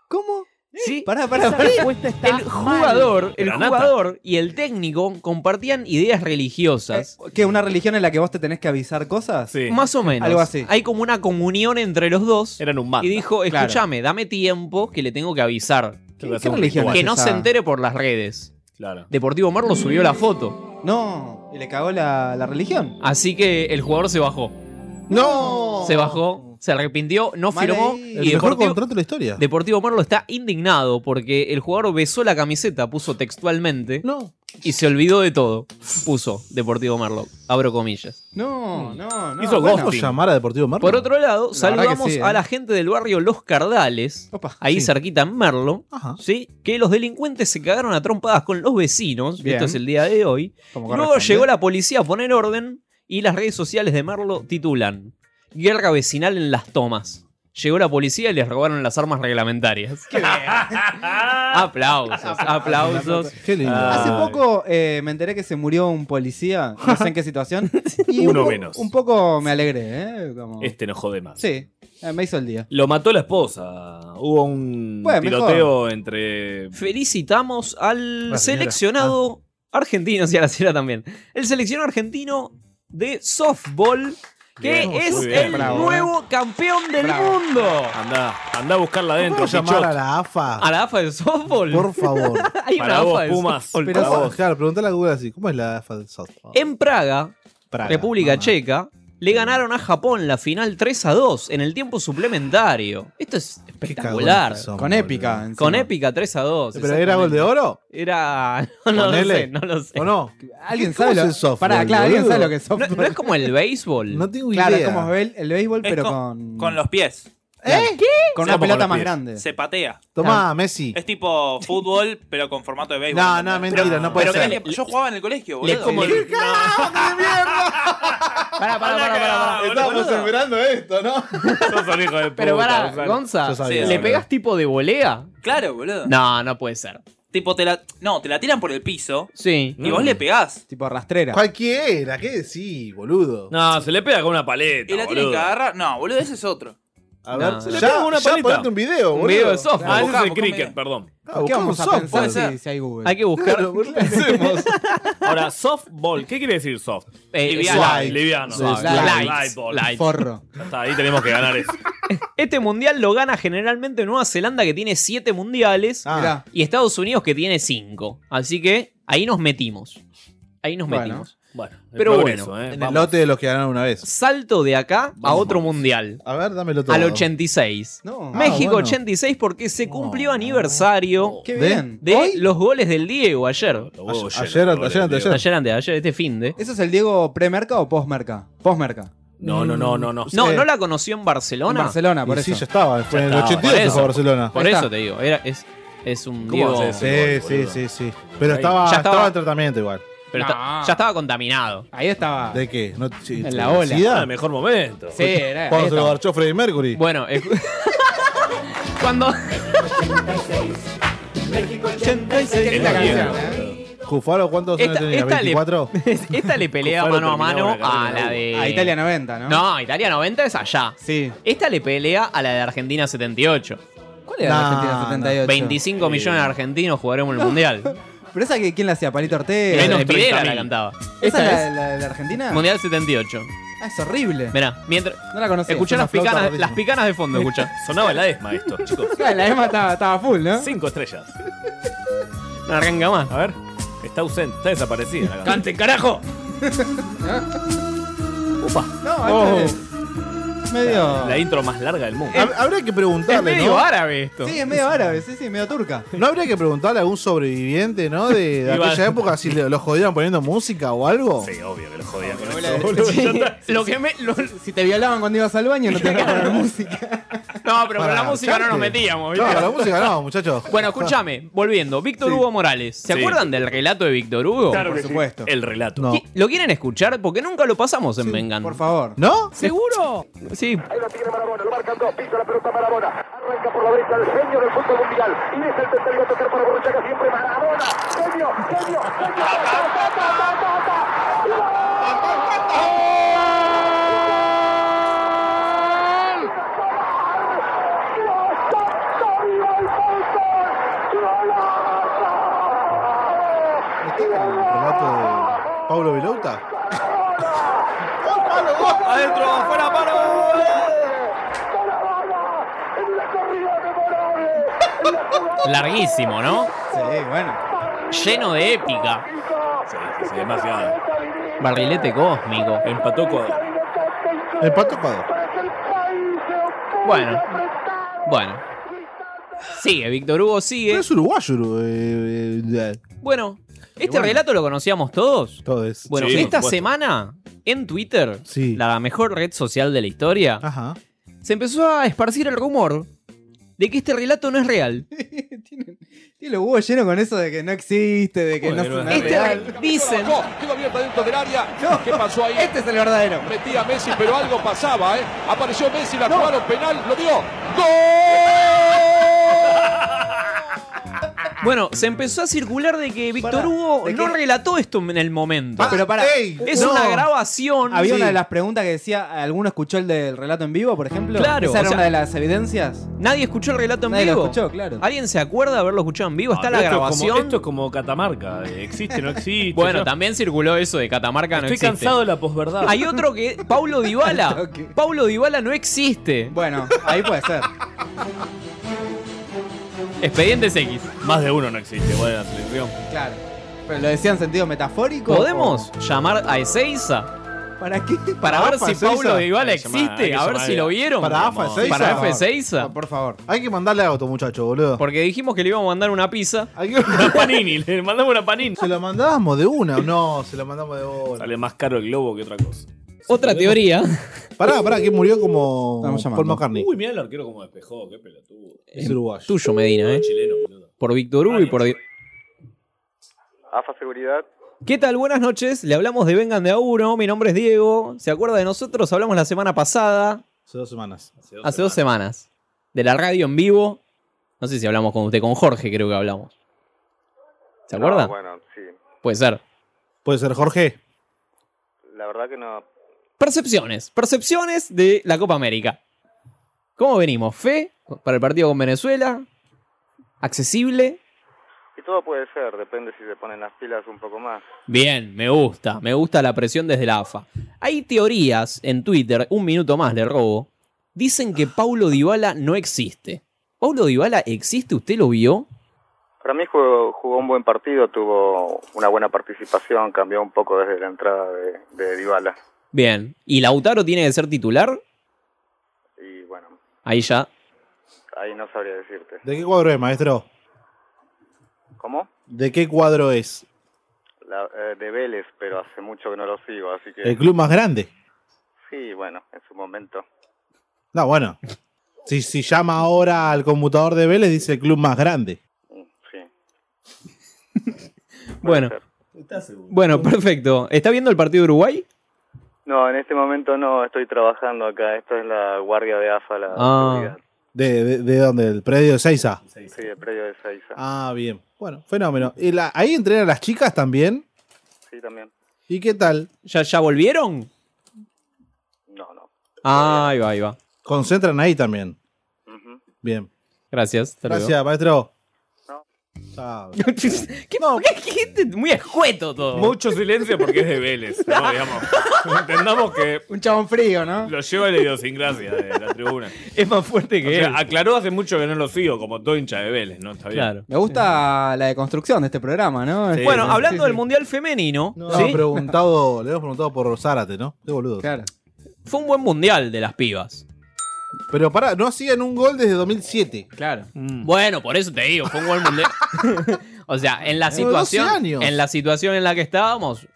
F: ¿Cómo? Eh,
K: ¿Sí?
F: Pará, pará,
K: Esa
F: pará.
K: respuesta El jugador, el jugador y el técnico compartían ideas religiosas.
F: ¿Qué? ¿Una religión en la Eh, que vos te tenés que avisar cosas? Sí.
K: Más o menos.
F: Algo así.
K: Hay como una comunión entre los dos. Eran un Y dijo,
F: Claro.
K: escúchame, dame tiempo que le tengo que avisar.
F: qué hacemos religión ritual.
K: Que
F: es
K: no
F: esa?
K: se entere por las redes. Deportivo Merlo subió la foto.
F: No, y le cagó la, la religión.
K: Así que el jugador se bajó.
F: ¡No!
K: Se bajó, se arrepintió, no
F: Mal
K: firmó.
F: ahí.
H: El
K: Y
H: mejor
K: Deportivo,
H: contrato de la historia.
K: Deportivo Merlo está indignado porque el jugador besó la camiseta, puso textualmente. Y se olvidó de todo. Puso Deportivo Merlo. Abro comillas.
F: No, no, no.
H: Hizo
F: bueno.
H: ¿Puedo llamar a Deportivo Merlo?
K: Por otro
H: La
K: lado,
H: verdad
K: saludamos
H: que sí, ¿eh?
K: a la gente del barrio Los Cardales, ahí cerquita en Merlo, ¿sí? que los delincuentes se cagaron a trompadas con los vecinos,
F: Bien.
K: esto es el día de hoy.
F: Como
K: Luego
F: corresponde.
K: llegó la policía a poner orden y las redes sociales de Merlo titulan Guerra vecinal en las tomas. Llegó la policía y les robaron las armas reglamentarias. *laughs* aplausos, aplausos.
H: Qué lindo.
F: Hace poco eh, me enteré que se murió un policía, no sé en qué
K: *laughs*
F: situación. Y
G: Uno
F: un po-
G: menos.
F: Un poco me alegré, ¿eh? Como-
G: Este no jode más.
F: Sí, eh, me hizo el día.
G: Lo mató la esposa. Hubo un
F: Bueno,
G: tiroteo entre.
K: Felicitamos al
G: La señora.
K: seleccionado
H: Ah.
K: argentino, *laughs* sí, a la señora también. El seleccionado argentino de softball, que
G: Bien,
K: es
G: muy bien.
K: el
G: Bravo,
H: ¿eh?
K: nuevo campeón del mundo.
G: Andá, andá a buscarla adentro.
H: ¿Puedo llamar
G: Pichot.
H: a la AFA?
K: A la AFA de softball.
H: Por favor.
K: *laughs* Hay una
G: Para vos,
K: AFA de *laughs*
G: Pumas.
K: softball.
H: Pero, Claro, preguntale a Google así. ¿Cómo es la AFA del softball?
K: En Praga,
H: Praga,
K: República Checa, le ganaron a Japón la final 3 a 2 en el tiempo suplementario. Esto es espectacular.
H: cagones que son,
F: Con épica. encima.
K: Con épica 3 a 2.
H: ¿Pero era gol de oro?
K: Era. *laughs* No, lo
H: Ponele.
K: sé, no lo sé.
H: ¿O no?
F: ¿Alguien
H: ¿Cómo
F: sabe,
H: es
F: lo...
H: el softball,
F: Pará, claro, ¿alguien
H: boludo?
F: sabe lo que es
K: No,
F: softball?
K: no es como el béisbol.
H: No tengo
F: claro,
H: idea.
F: es como el, el béisbol,
N: Es
F: pero
N: co-
F: con...
N: Con los pies.
F: ¿Qué? Con
H: Como
F: una
H: con
F: pelota
H: los
F: más
H: pies.
F: grande.
N: Se patea.
H: Tomá, Messi.
N: Es tipo fútbol, pero con formato de béisbol.
H: No, no, mentira, no puede
N: pero
H: ser.
N: que- Yo jugaba en el colegio,
H: Le
N: boludo.
H: como-
N: Sí.
H: ¡Ah,
K: Pará, pará, pará,
N: Ah,
K: pará.
H: Estábamos esperando
N: *laughs*
H: esto, ¿no?
G: Sos un hijo de
K: Pero
G: puta,
K: pará,
G: Gonzalo.
K: Gonza,
N: Yo sabía,
K: ¿le
N: boludo.
K: pegas tipo de volea?
N: Claro, boludo.
K: No, no puede ser.
N: Tipo, te la, no, te la tiran por el piso
K: Sí.
N: y vos le pegás.
F: Tipo rastrera.
H: Cualquiera, ¿qué decís, boludo?
G: No, se le pega con una paleta.
N: Y la tienen
G: boludo.
N: que agarrar. No, boludo, ese es otro.
H: A
G: No.
H: ver,
G: Se le
H: ya,
G: pega una
H: ya
G: paleta.
H: ponete un video, boludo.
K: Un video de softball.
G: Ah, ese es el
K: Buscamos, buscamos.
G: cricket, perdón.
F: ¿Qué vamos a pensar si, si hay Google?
K: Hay que buscar.
G: Ahora, softball, ¿qué quiere decir soft?
K: Eh,
G: liviano.
K: slide.
G: liviano. Ah,
K: Slide. Slide.
G: ball.
K: Slide.
F: Forro.
G: Ya está, ahí tenemos que ganar eso.
K: Este mundial lo gana generalmente Nueva Zelanda, que tiene 7 mundiales,
H: Ah.
F: Mirá.
K: y Estados Unidos, que tiene 5. Así que ahí nos metimos. Ahí nos
F: Bueno.
K: metimos.
G: Bueno,
K: Pero
H: progreso,
K: bueno,
H: eh, En el vamos. lote de los que ganaron una vez.
K: Salto de acá a otro mundial.
H: A ver, dámelo todo.
K: Al 86.
F: No.
H: Ah,
K: México
H: bueno. Oh.
K: 86 porque se cumplió aniversario
F: Qué
K: de,
F: bien.
K: de los goles del Diego ayer.
H: Ayer, ayer, ayer, ayer.
K: Ayer antes, ayer, este fin de.
F: ¿Eso es el Diego premerca o postmerca? Postmerca.
G: No, no, no, no. No,
K: No, no la conoció en Barcelona.
F: En Barcelona, por
H: Y
F: eso.
H: sí, ya estaba. Fue en el 82 que fue a Barcelona.
K: Por
F: Ahí está.
K: eso te digo, era, es, es un
H: ¿Cómo
K: Diego.
H: va a ser ese Sí, gol, sí, boludo? sí, sí. Pero estaba- estaba en tratamiento igual.
K: Pero
F: No.
K: está- ya estaba contaminado.
F: Ahí estaba.
H: ¿De qué? No, sí,
F: En la ola.
H: ¿Sida?
F: Ah,
G: el mejor momento.
K: Sí, era-
H: Cuando
K: ahí
H: se lo
K: estaba.
H: garchó Freddie Mercury.
K: Bueno,
H: *laughs*
K: cuando.
H: México 86.
F: Es la canción,
H: Justo Cufaro, ¿cuántos años
K: Esta-
H: tenía?
K: esta le-
H: ¿24?
K: Esta le pelea
H: Cufaro
K: mano a
H: terminó
K: mano
H: la carrera
K: a
H: de
K: la de.
F: A Italia 90, ¿no?
K: No, Italia 90 es allá.
F: Sí.
K: Esta le pelea a la de Argentina 78. ¿Cuál
F: era la de Argentina 78?
K: 25 millones de argentinos jugaremos el
F: *laughs*
K: mundial.
F: Pero esa que quién la hacía, Palito Ortega.
K: Menos
F: Eh,
K: Videla la
F: 30.000.
K: cantaba.
F: ¿Esa es
K: Esta
F: la, la de la Argentina?
K: Mundial 78.
F: Ah, es horrible.
K: Mirá, mientras.
F: No la conocía.
K: Escuchá
F: Es una
K: las
F: flauta
K: picanas,
F: horrible.
K: las picanas de
F: *laughs*
K: fondo, escuchá.
G: Sonaba la ESMA esto, chicos.
F: Ah, La ESMA estaba, estaba full, ¿no?
G: Cinco estrellas.
K: No arranca más.
G: A ver. Está ausente, está desaparecida la canción.
K: ¡Cante, carajo!
G: Upa.
F: No, este es
K: Oh.
F: medio.
G: La intro más larga del mundo.
K: Eh,
H: Hab- Habría que preguntarle.
F: es medio
H: ¿no?
F: árabe Sí, es medio árabe, sí, sí, medio turca.
H: ¿No habría que preguntarle a algún sobreviviente, ¿no? *laughs* De, de
G: Igual.
H: aquella época si le- lo jodieron poniendo música o algo.
G: Sí, obvio que lo jodían con
F: la-
G: eso, boludo.
F: Sí.
G: Ya está.
K: Lo que me. lo-
F: Si te violaban cuando ibas al baño, no te dejaban poner música.
K: No, pero con
H: Para
K: la música no nos
H: arte.
K: metíamos, ¿viste?
H: No, con la música no, muchachos.
K: Bueno, escúchame, volviendo. Víctor
H: Sí.
K: Hugo Morales. ¿Se
H: Sí.
K: acuerdan del relato de Víctor Hugo?
H: Claro Por que sí. supuesto.
G: El relato.
H: No.
K: ¿Qui- ¿Lo quieren escuchar? Porque nunca lo pasamos en Vengan. Por
F: favor.
H: ¿No?
K: ¿Seguro? Sí.
V: El genio del fútbol mundial. Y es el tercero a tocar para Borruchaga siempre. Maradona. Genio, genio, genio.
H: ¿Este es el relato de Pablo Velouta?
V: Adentro, fuera,
G: Ah,
K: Larguísimo, ¿no?
F: Sí, bueno.
K: Lleno de épica.
G: Sí, sí, sí, demasiado.
K: Barrilete cósmico.
G: Empató con.
H: El pato Ecuador.
K: Bueno. Bueno. Sigue, Víctor Hugo, sigue.
H: No es uruguayo. Uru- eh, eh,
K: Bueno, este
H: bueno.
K: relato lo conocíamos todos.
H: Todos.
K: Bueno,
H: Sí, por
K: esta
H: supuesto.
K: semana en Twitter, la mejor red social de la historia,
H: Ajá.
K: se empezó a esparcir el rumor de que este relato no es real.
F: *laughs* Tiene los huevos llenos con eso de que no existe, de que no
K: Bueno,
F: es
K: este
F: real.
K: Dicen.
A: Quedó abierta dentro del área. ¿Qué pasó ahí?
F: Este es el verdadero.
A: Metía a Messi, pero algo pasaba, ¿eh? Apareció Messi, la jugaron penal, lo dio. ¡Gol!
K: Bueno, se empezó a circular de que Víctor Hugo Este no relató esto en el momento.
F: Ah, Pero para,
K: es una grabación.
F: Había
K: Sí.
F: una de las preguntas que decía, ¿alguno escuchó el del relato en vivo, por ejemplo?
K: Claro,
F: ¿Esa
K: o
F: era
K: sea-
F: una de las evidencias?
K: Nadie escuchó el relato en
F: Nadie lo
K: vivo.
F: escuchó, claro.
K: ¿Alguien se acuerda de haberlo escuchado en vivo? Está
G: Ah,
K: la
G: pero esto es
K: grabación.
G: como- esto es como Catamarca. eh, Existe, no existe.
K: bueno,
G: yo-
K: también circuló eso de Catamarca no
G: Estoy
K: existe.
G: cansado de la posverdad.
K: Hay otro que
F: *laughs*
K: Paulo Dybala. Paulo Dybala no existe.
F: Bueno, ahí puede ser.
K: Expedientes X.
G: Más de uno no existe, bueno, la selección.
F: Claro. ¿Pero lo decía en sentido metafórico?
K: ¿Podemos llamar a Ezeiza?
F: o- ¿Para qué?
K: Para ver si Paulo Dybala
H: Hay que llamar-
K: existe,
H: Ah, hay que
K: a ver
H: llamar
K: si
H: a-
K: lo vieron.
H: Para AFA Ezeiza.
K: Para AFA
H: Por favor.
K: Ezeiza.
F: Por favor.
H: Hay que mandarle auto, muchacho, boludo.
K: Porque dijimos que le íbamos a mandar
H: *laughs*
K: una pizza.
G: Una panini, le mandamos una panini.
H: ¿Se la mandábamos de una o no? Se la mandamos de una.
G: Sale más caro el globo que otra cosa.
K: Otra teoría.
H: Pará, pará, que murió como
K: Estamos llamando.
H: Paul McCartney.
G: Uy, mirá el arquero como despejó, qué pelotudo.
H: Es uruguayo.
K: Tuyo, Medina, ¿eh? Por Víctor Hugo y por... Di-
Q: AFA Seguridad.
K: ¿Qué tal? Buenas noches. Le hablamos de Vengan de a uno. Mi nombre es Diego. ¿Se acuerda de nosotros? Hablamos la semana pasada,
H: Hace dos semanas.
K: hace dos semanas, de la radio en vivo. No sé si hablamos con usted, con Jorge creo que hablamos. ¿Se acuerda?
Q: No, bueno, sí.
K: Puede ser.
H: Puede ser Jorge.
Q: La verdad que no.
K: Percepciones. Percepciones de la Copa América. ¿Cómo venimos? ¿Fe para el partido con Venezuela? ¿Accesible?
Q: Y todo puede ser, depende si se ponen las pilas un poco más.
K: Bien, me gusta. Me gusta la presión desde la AFA. Hay teorías en Twitter, un minuto más le robo. Dicen que Paulo Dybala no existe. ¿Paulo Dybala existe? ¿Usted lo vio?
Q: Para mí jugó, jugó un buen partido, tuvo una buena participación, cambió un poco desde la entrada de, de Dybala.
K: Bien. ¿Y Lautaro tiene que ser titular?
Q: Y bueno,
K: Ahí ya.
Q: ahí no sabría decirte.
H: ¿De qué cuadro es, maestro?
Q: ¿Cómo?
H: ¿De qué cuadro es?
Q: La- eh, de Vélez, pero hace mucho que no lo sigo, así que...
H: ¿El club más grande?
Q: Sí, bueno, en su momento.
H: No, bueno. Si, si llama ahora al computador de Vélez, dice club más grande.
Q: mm, Sí.
K: Bueno.
Q: ¿Estás seguro?
K: Bueno, perfecto. ¿Está viendo el partido de Uruguay?
Q: No, en este momento no, estoy trabajando acá. Esto es la guardia de AFA, la
K: Ah,
Q: seguridad.
H: ¿De, de, de dónde? ¿El predio de Seiza?
Q: Sí, el predio de Seiza.
H: Ah, bien. Bueno, fenómeno. ¿Y la- ahí entrenan las chicas también?
Q: Sí, también.
H: ¿Y qué tal?
K: ¿Ya, ya volvieron?
Q: No, no.
K: Ah, ahí va, ahí va.
H: Concentran ahí también.
Q: Ujú.
K: *laughs*
H: Bien.
K: Gracias. hasta luego.
H: Gracias, maestro.
G: Ah,
K: ¿Qué, qué- qué- muy escueto todo.
G: Mucho silencio porque es de Vélez, ¿no? Digamos. Entendamos que.
F: Un chabón frío, ¿no?
G: Lo lleva la idiosincrasia de la tribuna.
K: Es más fuerte
G: que él. Aclaró hace mucho que no lo sigo, como todo hincha de Vélez, ¿no? Está bien.
F: Me gusta la deconstrucción de este programa, ¿no?
G: Sí. Bueno, hablando
K: del Mundial Femenino.
H: Le hemos preguntado, Oh, le hemos preguntado por Zárate, ¿no? Qué boludo.
K: Fue un buen mundial de las pibas.
H: Pero pará, no hacían un gol desde 2007.
K: Claro.
H: Mm.
K: Bueno, por eso te digo, fue un
H: *laughs*
K: buen mundial. o sea, en la
H: Pero 12
K: situación.
H: años.
K: En la situación en la que estábamos,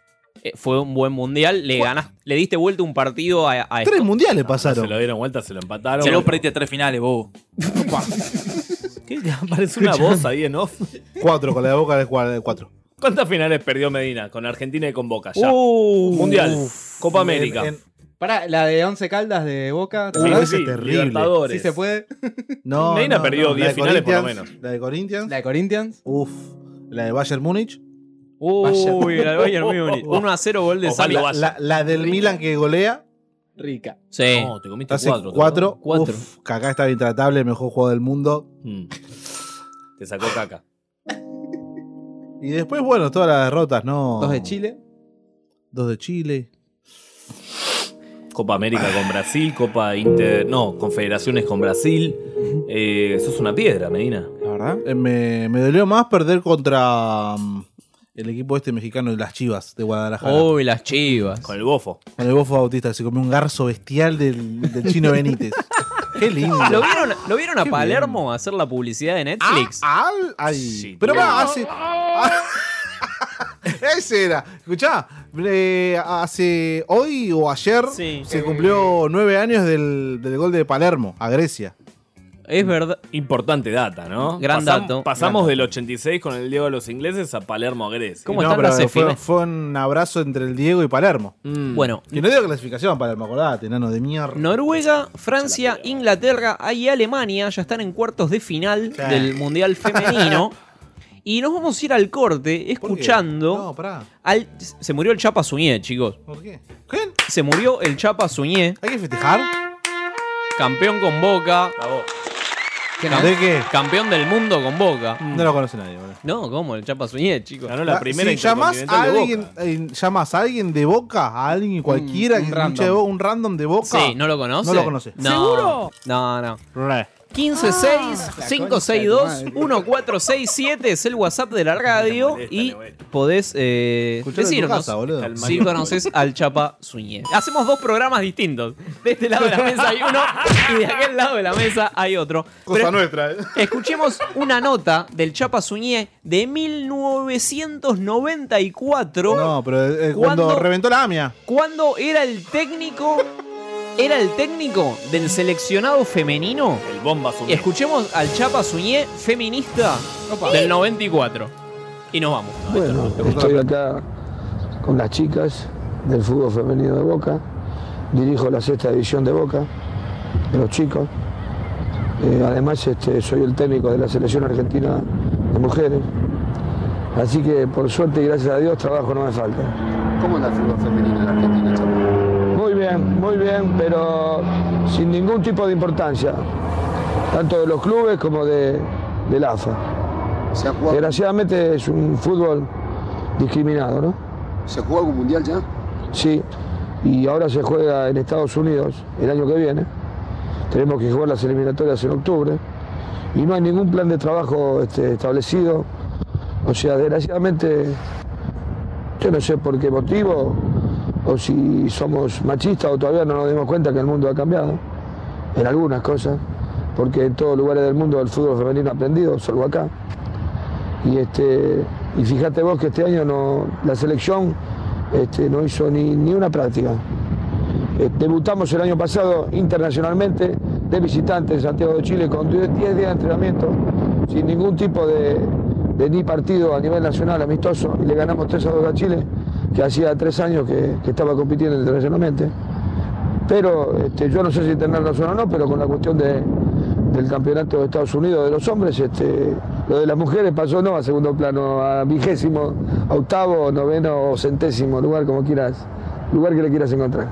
K: eh, fue un buen mundial. Le ganas, le diste vuelta un partido a, a
H: Tres mundiales pasaron.
G: Se lo dieron vuelta, se lo empataron.
N: Se lo perdiste a tres finales, bobo.
G: Parece una
H: Escuchame.
G: voz ahí en off.
H: Cuatro, con la de boca de cua- de cuatro.
G: *laughs* ¿Cuántas finales perdió Medina con Argentina y con Boca ya?
F: Uh,
G: mundial,
F: uf.
G: Copa América.
F: En- en- Pará, la de Once Caldas de Boca.
G: Uh, ese es Sí, terrible. Libertadores.
F: Sí se puede.
H: No,
G: *laughs* Medina
H: no, no,
G: perdió
H: la
G: 10
H: de
G: finales por lo
H: Corinthians,
G: menos.
H: La de Corinthians.
F: La de Corinthians.
H: Uf. La de Bayern Múnich.
K: Uy, la de
G: *laughs*
K: Bayern *laughs* Múnich. 1 a 0 gol de Sala.
H: La, la- la del Milan que golea.
F: Rica.
K: Sí.
G: No, te comiste
H: Hace
G: cuatro.
H: cuatro.
G: ¿te acordás?
H: Uf, Kaká estaba intratable, el mejor jugador del mundo.
G: Mm. Te sacó caca.
H: Y después, bueno, todas las derrotas, ¿no?
F: Dos de Chile.
H: Dos de Chile.
G: Copa América con Brasil, Copa Inter. No, Confederaciones con Brasil. Eh, sos una piedra, Medina.
F: La verdad.
H: Eh, me, me dolió más perder contra mm, el equipo este mexicano de las Chivas de Guadalajara.
G: Oh.
K: Uy, las chivas. Con
G: el bofo.
H: Con el Bofo Bautista, que se comió un garzo bestial del, del chino
G: *laughs*
H: Benítez. Qué lindo.
K: ¿Lo vieron, ¿Lo vieron a
H: Qué
K: Palermo hacer la publicidad de Netflix?
H: Ah, ah, ay. Pero va, hace. *laughs* Ese era. Escuchá, eh, hace hoy o ayer se
N: Eh.
H: cumplió nueve años del, del gol de Palermo a Grecia.
K: Es verdad.
G: Importante data, ¿no?
K: Gran
G: Pasam-
K: dato.
G: Pasamos
K: Gran
G: del 86 con el Diego de los ingleses a Palermo a Grecia.
H: Y no, pero fue, fue un abrazo entre el Diego y Palermo.
N: Mm.
K: Bueno.
H: Que no dio clasificación Palermo, acordate, nano de mierda.
K: Noruega, Francia, Inglaterra y Alemania ya están en cuartos de final del
H: *laughs*
K: Mundial Femenino. y nos vamos a ir al corte escuchando.
H: No, pará.
K: al- se murió el Chapa Suñé, chicos.
H: ¿Por qué?
K: Se murió el Chapa Suñé.
H: ¿Hay que festejar?
K: Campeón con Boca.
H: ¿Quién es? ¿De qué?
K: Campeón del mundo con Boca.
H: No lo conoce nadie, boludo.
K: No, ¿cómo? El Chapa Suñé, chicos. Ganó
H: Ah, si llamás a, alguien, eh, llamás a alguien de boca, a
N: Mm,
H: alguien cualquiera,
K: un
H: que
K: random.
H: escuche de Boca, un random de boca.
K: Sí, ¿no lo conoce?
H: No lo conoce.
K: No. No, no.
H: Re.
K: 156562-1467 es el WhatsApp de la radio y podés eh,
H: Escuchalo en tu
K: decirnos
H: casa, boludo. Al
K: si
H: Mario
K: conoces al Chapa Suñé. Hacemos dos programas distintos. De este lado de la mesa hay uno y de aquel lado de la mesa hay otro.
H: Cosa
K: Pero
H: nuestra, eh.
K: Escuchemos una nota del Chapa Suñé de 1994.
H: No, pero eh, cuando
K: ¿Cuándo?
H: reventó la AMIA.
K: cuando era el técnico era el técnico del seleccionado femenino
G: el bomba Suñé.
K: escuchemos al Chapa Suñé feminista del 94 y nos vamos
C: Bueno, estoy acá con las chicas del fútbol femenino de Boca, dirijo la sexta división de Boca, de los chicos. Eh, además, este, soy el técnico de la selección argentina de mujeres. Así que, por suerte y gracias a Dios, trabajo no me falta. ¿Cómo anda el fútbol femenino en Argentina, Muy bien, muy bien, pero sin ningún tipo de importancia, tanto de los clubes como de, del AFA. Desgraciadamente es un fútbol discriminado, ¿no? ¿Se jugó algún mundial ya? Sí, y ahora se juega en Estados Unidos el año que viene. Tenemos que jugar las eliminatorias en octubre y no hay ningún plan de trabajo este, establecido. O sea, desgraciadamente, yo no sé por qué motivo o si somos machistas o todavía no nos dimos cuenta que el mundo ha cambiado en algunas cosas, porque en todos lugares del mundo el fútbol femenino ha aprendido, salvo acá. Y, este, y fíjate vos que este año no, la selección este, no hizo ni, ni una práctica. Eh, debutamos el año pasado internacionalmente de visitante en Santiago de Chile con 10 días de entrenamiento, sin ningún tipo de, de ni partido a nivel nacional amistoso, y le ganamos 3 a 2 a Chile, que hacía 3 años que, que estaba compitiendo internacionalmente. Pero este, yo no sé si tener razón o no, pero con la cuestión de, del campeonato de Estados Unidos de los hombres, este, lo de las mujeres pasó no a segundo plano, a vigésimo, a octavo, noveno o centésimo lugar, como quieras, lugar que le quieras encontrar.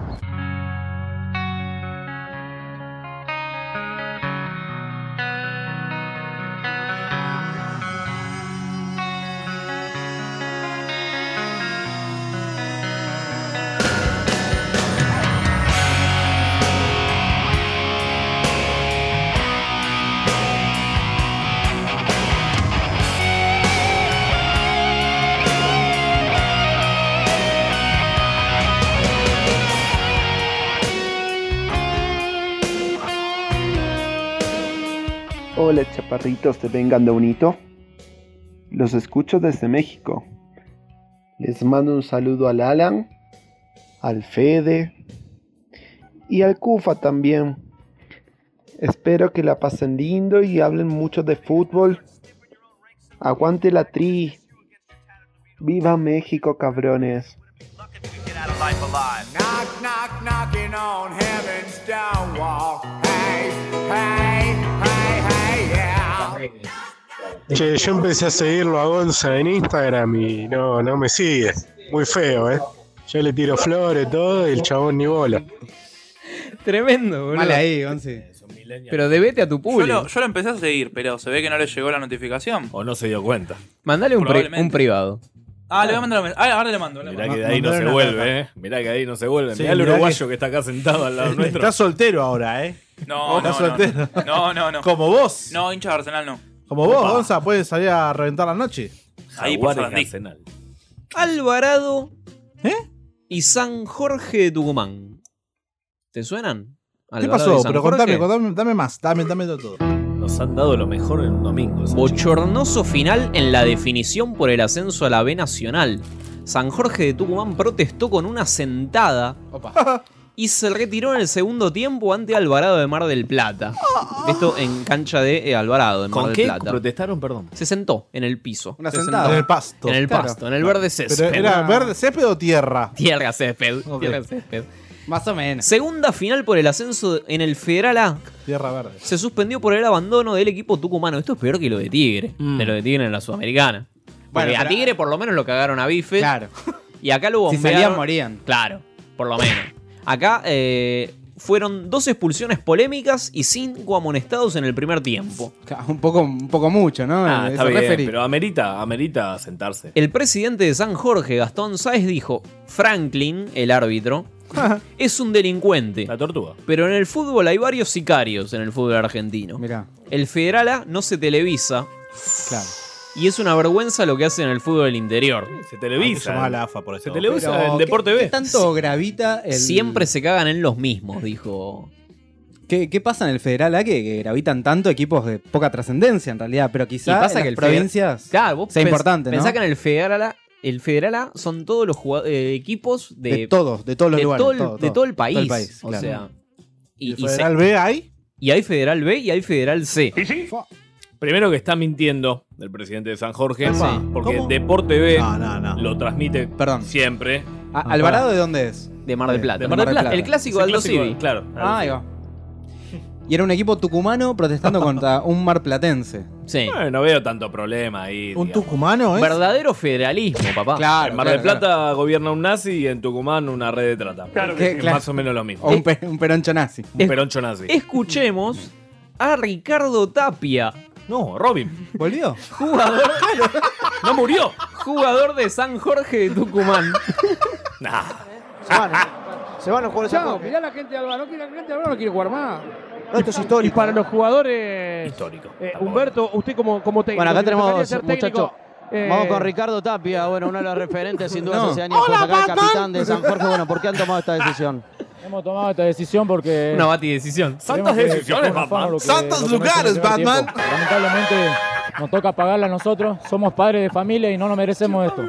W: Hola chaparritos de Vengan de Unito. Los escucho desde México. Les mando un saludo al Alan, al Fede y al Cufa también. Espero que la pasen lindo y hablen mucho de fútbol. Aguante la tri. Viva México, cabrones.
X: Knock, knock, knocking on heaven's down wall. Hey, hey, hey, hey, yeah.
O: Che, yo empecé a seguirlo a Gonza en Instagram y no, no me sigue. Muy feo, ¿eh? Yo le tiro flores, todo, y el chabón ni bola.
K: Tremendo, boludo.
F: Mal ahí,
G: Eh,
F: Gonce.
K: Pero debete a tu
N: Yo
K: público.
N: lo, yo lo empecé a seguir, pero se ve que no le llegó la notificación.
G: O no se dio cuenta.
K: Mandale un, pri-
N: Probablemente.
K: un privado.
N: Ah, le voy a mandar un mensaje. Ah, ahora le mando. le
G: Mirá
N: mando.
G: que de ahí no se
H: Mandaron a
G: vuelve, eh. Mirá que de ahí no se vuelve.
H: Sí,
G: mirá el
H: mirá
G: uruguayo que... está acá sentado
N: *laughs*
G: al lado nuestro.
H: Eh, Está soltero ahora, ¿eh?
N: No,
H: Está
N: no, no,
H: soltero.
N: no. No, no, no.
H: Como vos.
N: No, hincha de Arsenal no.
H: Como vos,
N: Opa.
H: Gonza, puedes salir a reventar la noche.
N: Ahí por Sarandí.
K: Alvarado
H: ¿Eh?
K: y San Jorge de Tucumán. ¿Te suenan?
H: ¿Qué
K: Alvarado y
H: pasó?
K: San
H: Pero
K: Jorge.
H: contame, contame, dame más, dame, dame todo.
G: Nos han dado lo mejor en un domingo.
K: Bochornoso final en la definición por el ascenso a la B Nacional. San Jorge de Tucumán protestó con una sentada y se retiró en el segundo tiempo ante Alvarado de Mar del Plata. Esto en cancha de eh, Alvarado de Mar
G: ¿Con
K: del
G: qué
K: Plata.
G: protestaron, perdón?
K: Se sentó en el piso.
H: Una
K: Se
H: sentada.
K: sentó.
H: En el pasto.
K: En el
H: Claro.
K: pasto, en el verde césped.
H: Pero era verde césped o tierra.
K: Tierra césped.
H: Ok.
K: Tierra césped. Más o menos. Segunda final por el ascenso en el Federal A.
H: Tierra verde.
K: Se suspendió por el abandono del equipo tucumano. Esto es peor que lo de Tigre.
F: Mm.
K: De lo de Tigre en la Sudamericana. Porque
F: Bueno,
K: a
F: pero-
K: Tigre por lo menos lo cagaron a bife. Claro. Y acá lo
F: Si
K: bombearon.
F: salían,
K: *laughs*
F: morían.
K: Claro, por lo menos. Acá eh, fueron dos expulsiones polémicas y cinco amonestados en el primer tiempo.
F: Un poco, un poco mucho, ¿no?
K: Ah,
F: Ese
G: Está bien,
F: referee.
G: pero amerita, amerita sentarse.
K: El presidente de San Jorge, Gastón Sáez, dijo: Franklin, el árbitro, es un delincuente. La
G: tortuga.
K: Pero en el fútbol hay varios sicarios en el fútbol argentino. El Federal A no se televisa.
F: Claro.
K: Y es una vergüenza lo que hacen en el fútbol del interior.
G: Se
H: Hay que llamar a Ah, la AFA por eso.
K: Se televisa
F: Pero,
K: en
F: ¿qué-
K: Deporte
F: qué
K: B.
F: tanto gravita el-
K: Siempre se cagan en los mismos, dijo.
F: ¿Qué, qué pasa en el Federal A que, que gravitan tanto equipos de poca trascendencia en realidad? Pero quizás
K: pasa
F: en
K: que
F: las
K: el Feder-
F: provincias
K: Claro, vos
F: sea
K: pens-
F: importante, ¿no?
K: Pensá que en el Federal A, el Federal A son todos los jugado- eh, equipos de,
F: De todos, de todos los lugares,
K: todo el-
F: todo,
K: de
F: todo.
K: todo el país.
F: Todo el país,
K: o
F: claro.
K: sea,
F: ¿Y
K: se-
F: Federal B hay?
K: Y hay Federal B y hay Federal C.
G: Primero que está mintiendo el presidente de San Jorge,
F: Epa,
G: porque
F: ¿cómo?
G: Deporte B
F: No,
G: lo transmite siempre.
F: Ah, ¿Alvarado de dónde es?
K: De Mar del Plata.
G: De Mar del Plata.
K: El clásico
G: Es
K: Aldo
G: clásico,
K: Civi.
G: Claro.
F: Ah, ahí va. Y era un equipo tucumano protestando contra un marplatense.
K: Sí.
G: Bueno, no veo tanto problema ahí.
F: Un
G: digamos.
F: tucumano, ¿eh?
K: Verdadero federalismo, papá.
F: Claro,
G: en Mar del Plata gobierna un nazi y en Tucumán una red de trata.
K: Claro que
G: Es
K: sí.
G: Más o menos lo mismo.
F: O un, pe- un peroncho nazi.
G: Un peroncho nazi.
K: Escuchemos a Ricardo Tapia.
G: No, Robin.
F: ¿Volvió?
K: *laughs* Jugador.
G: ¡No murió!
K: Jugador de San Jorge de Tucumán.
J: Se van, ¿eh? se van los jugadores. de San
I: Chao,
J: Jorge.
I: mirá la gente de Alba, no quiere, la gente de Alba no quiere jugar más.
J: No, esto es histórico.
I: Y para
R: ¿eh?
I: los jugadores.
G: Histórico.
I: eh, Humberto, usted como, como técnico.
R: Bueno, acá
I: si le tocaría
R: tenemos,
I: ser técnico,
R: muchachos.
I: eh,
R: Vamos con Ricardo Tapia, bueno, uno de los referentes sin duda
I: No.
R: hace años, fue acá
I: Hola,
R: el
I: Batman.
R: capitán de San Jorge. Bueno, ¿por qué han tomado esta decisión?
I: *laughs* Hemos tomado esta decisión porque.
K: Una bati decisión.
I: Santas decisiones, Batman.
H: Santos lugares, Batman.
I: Lamentablemente nos toca pagarla a nosotros. Somos padres de familia y no nos merecemos esto.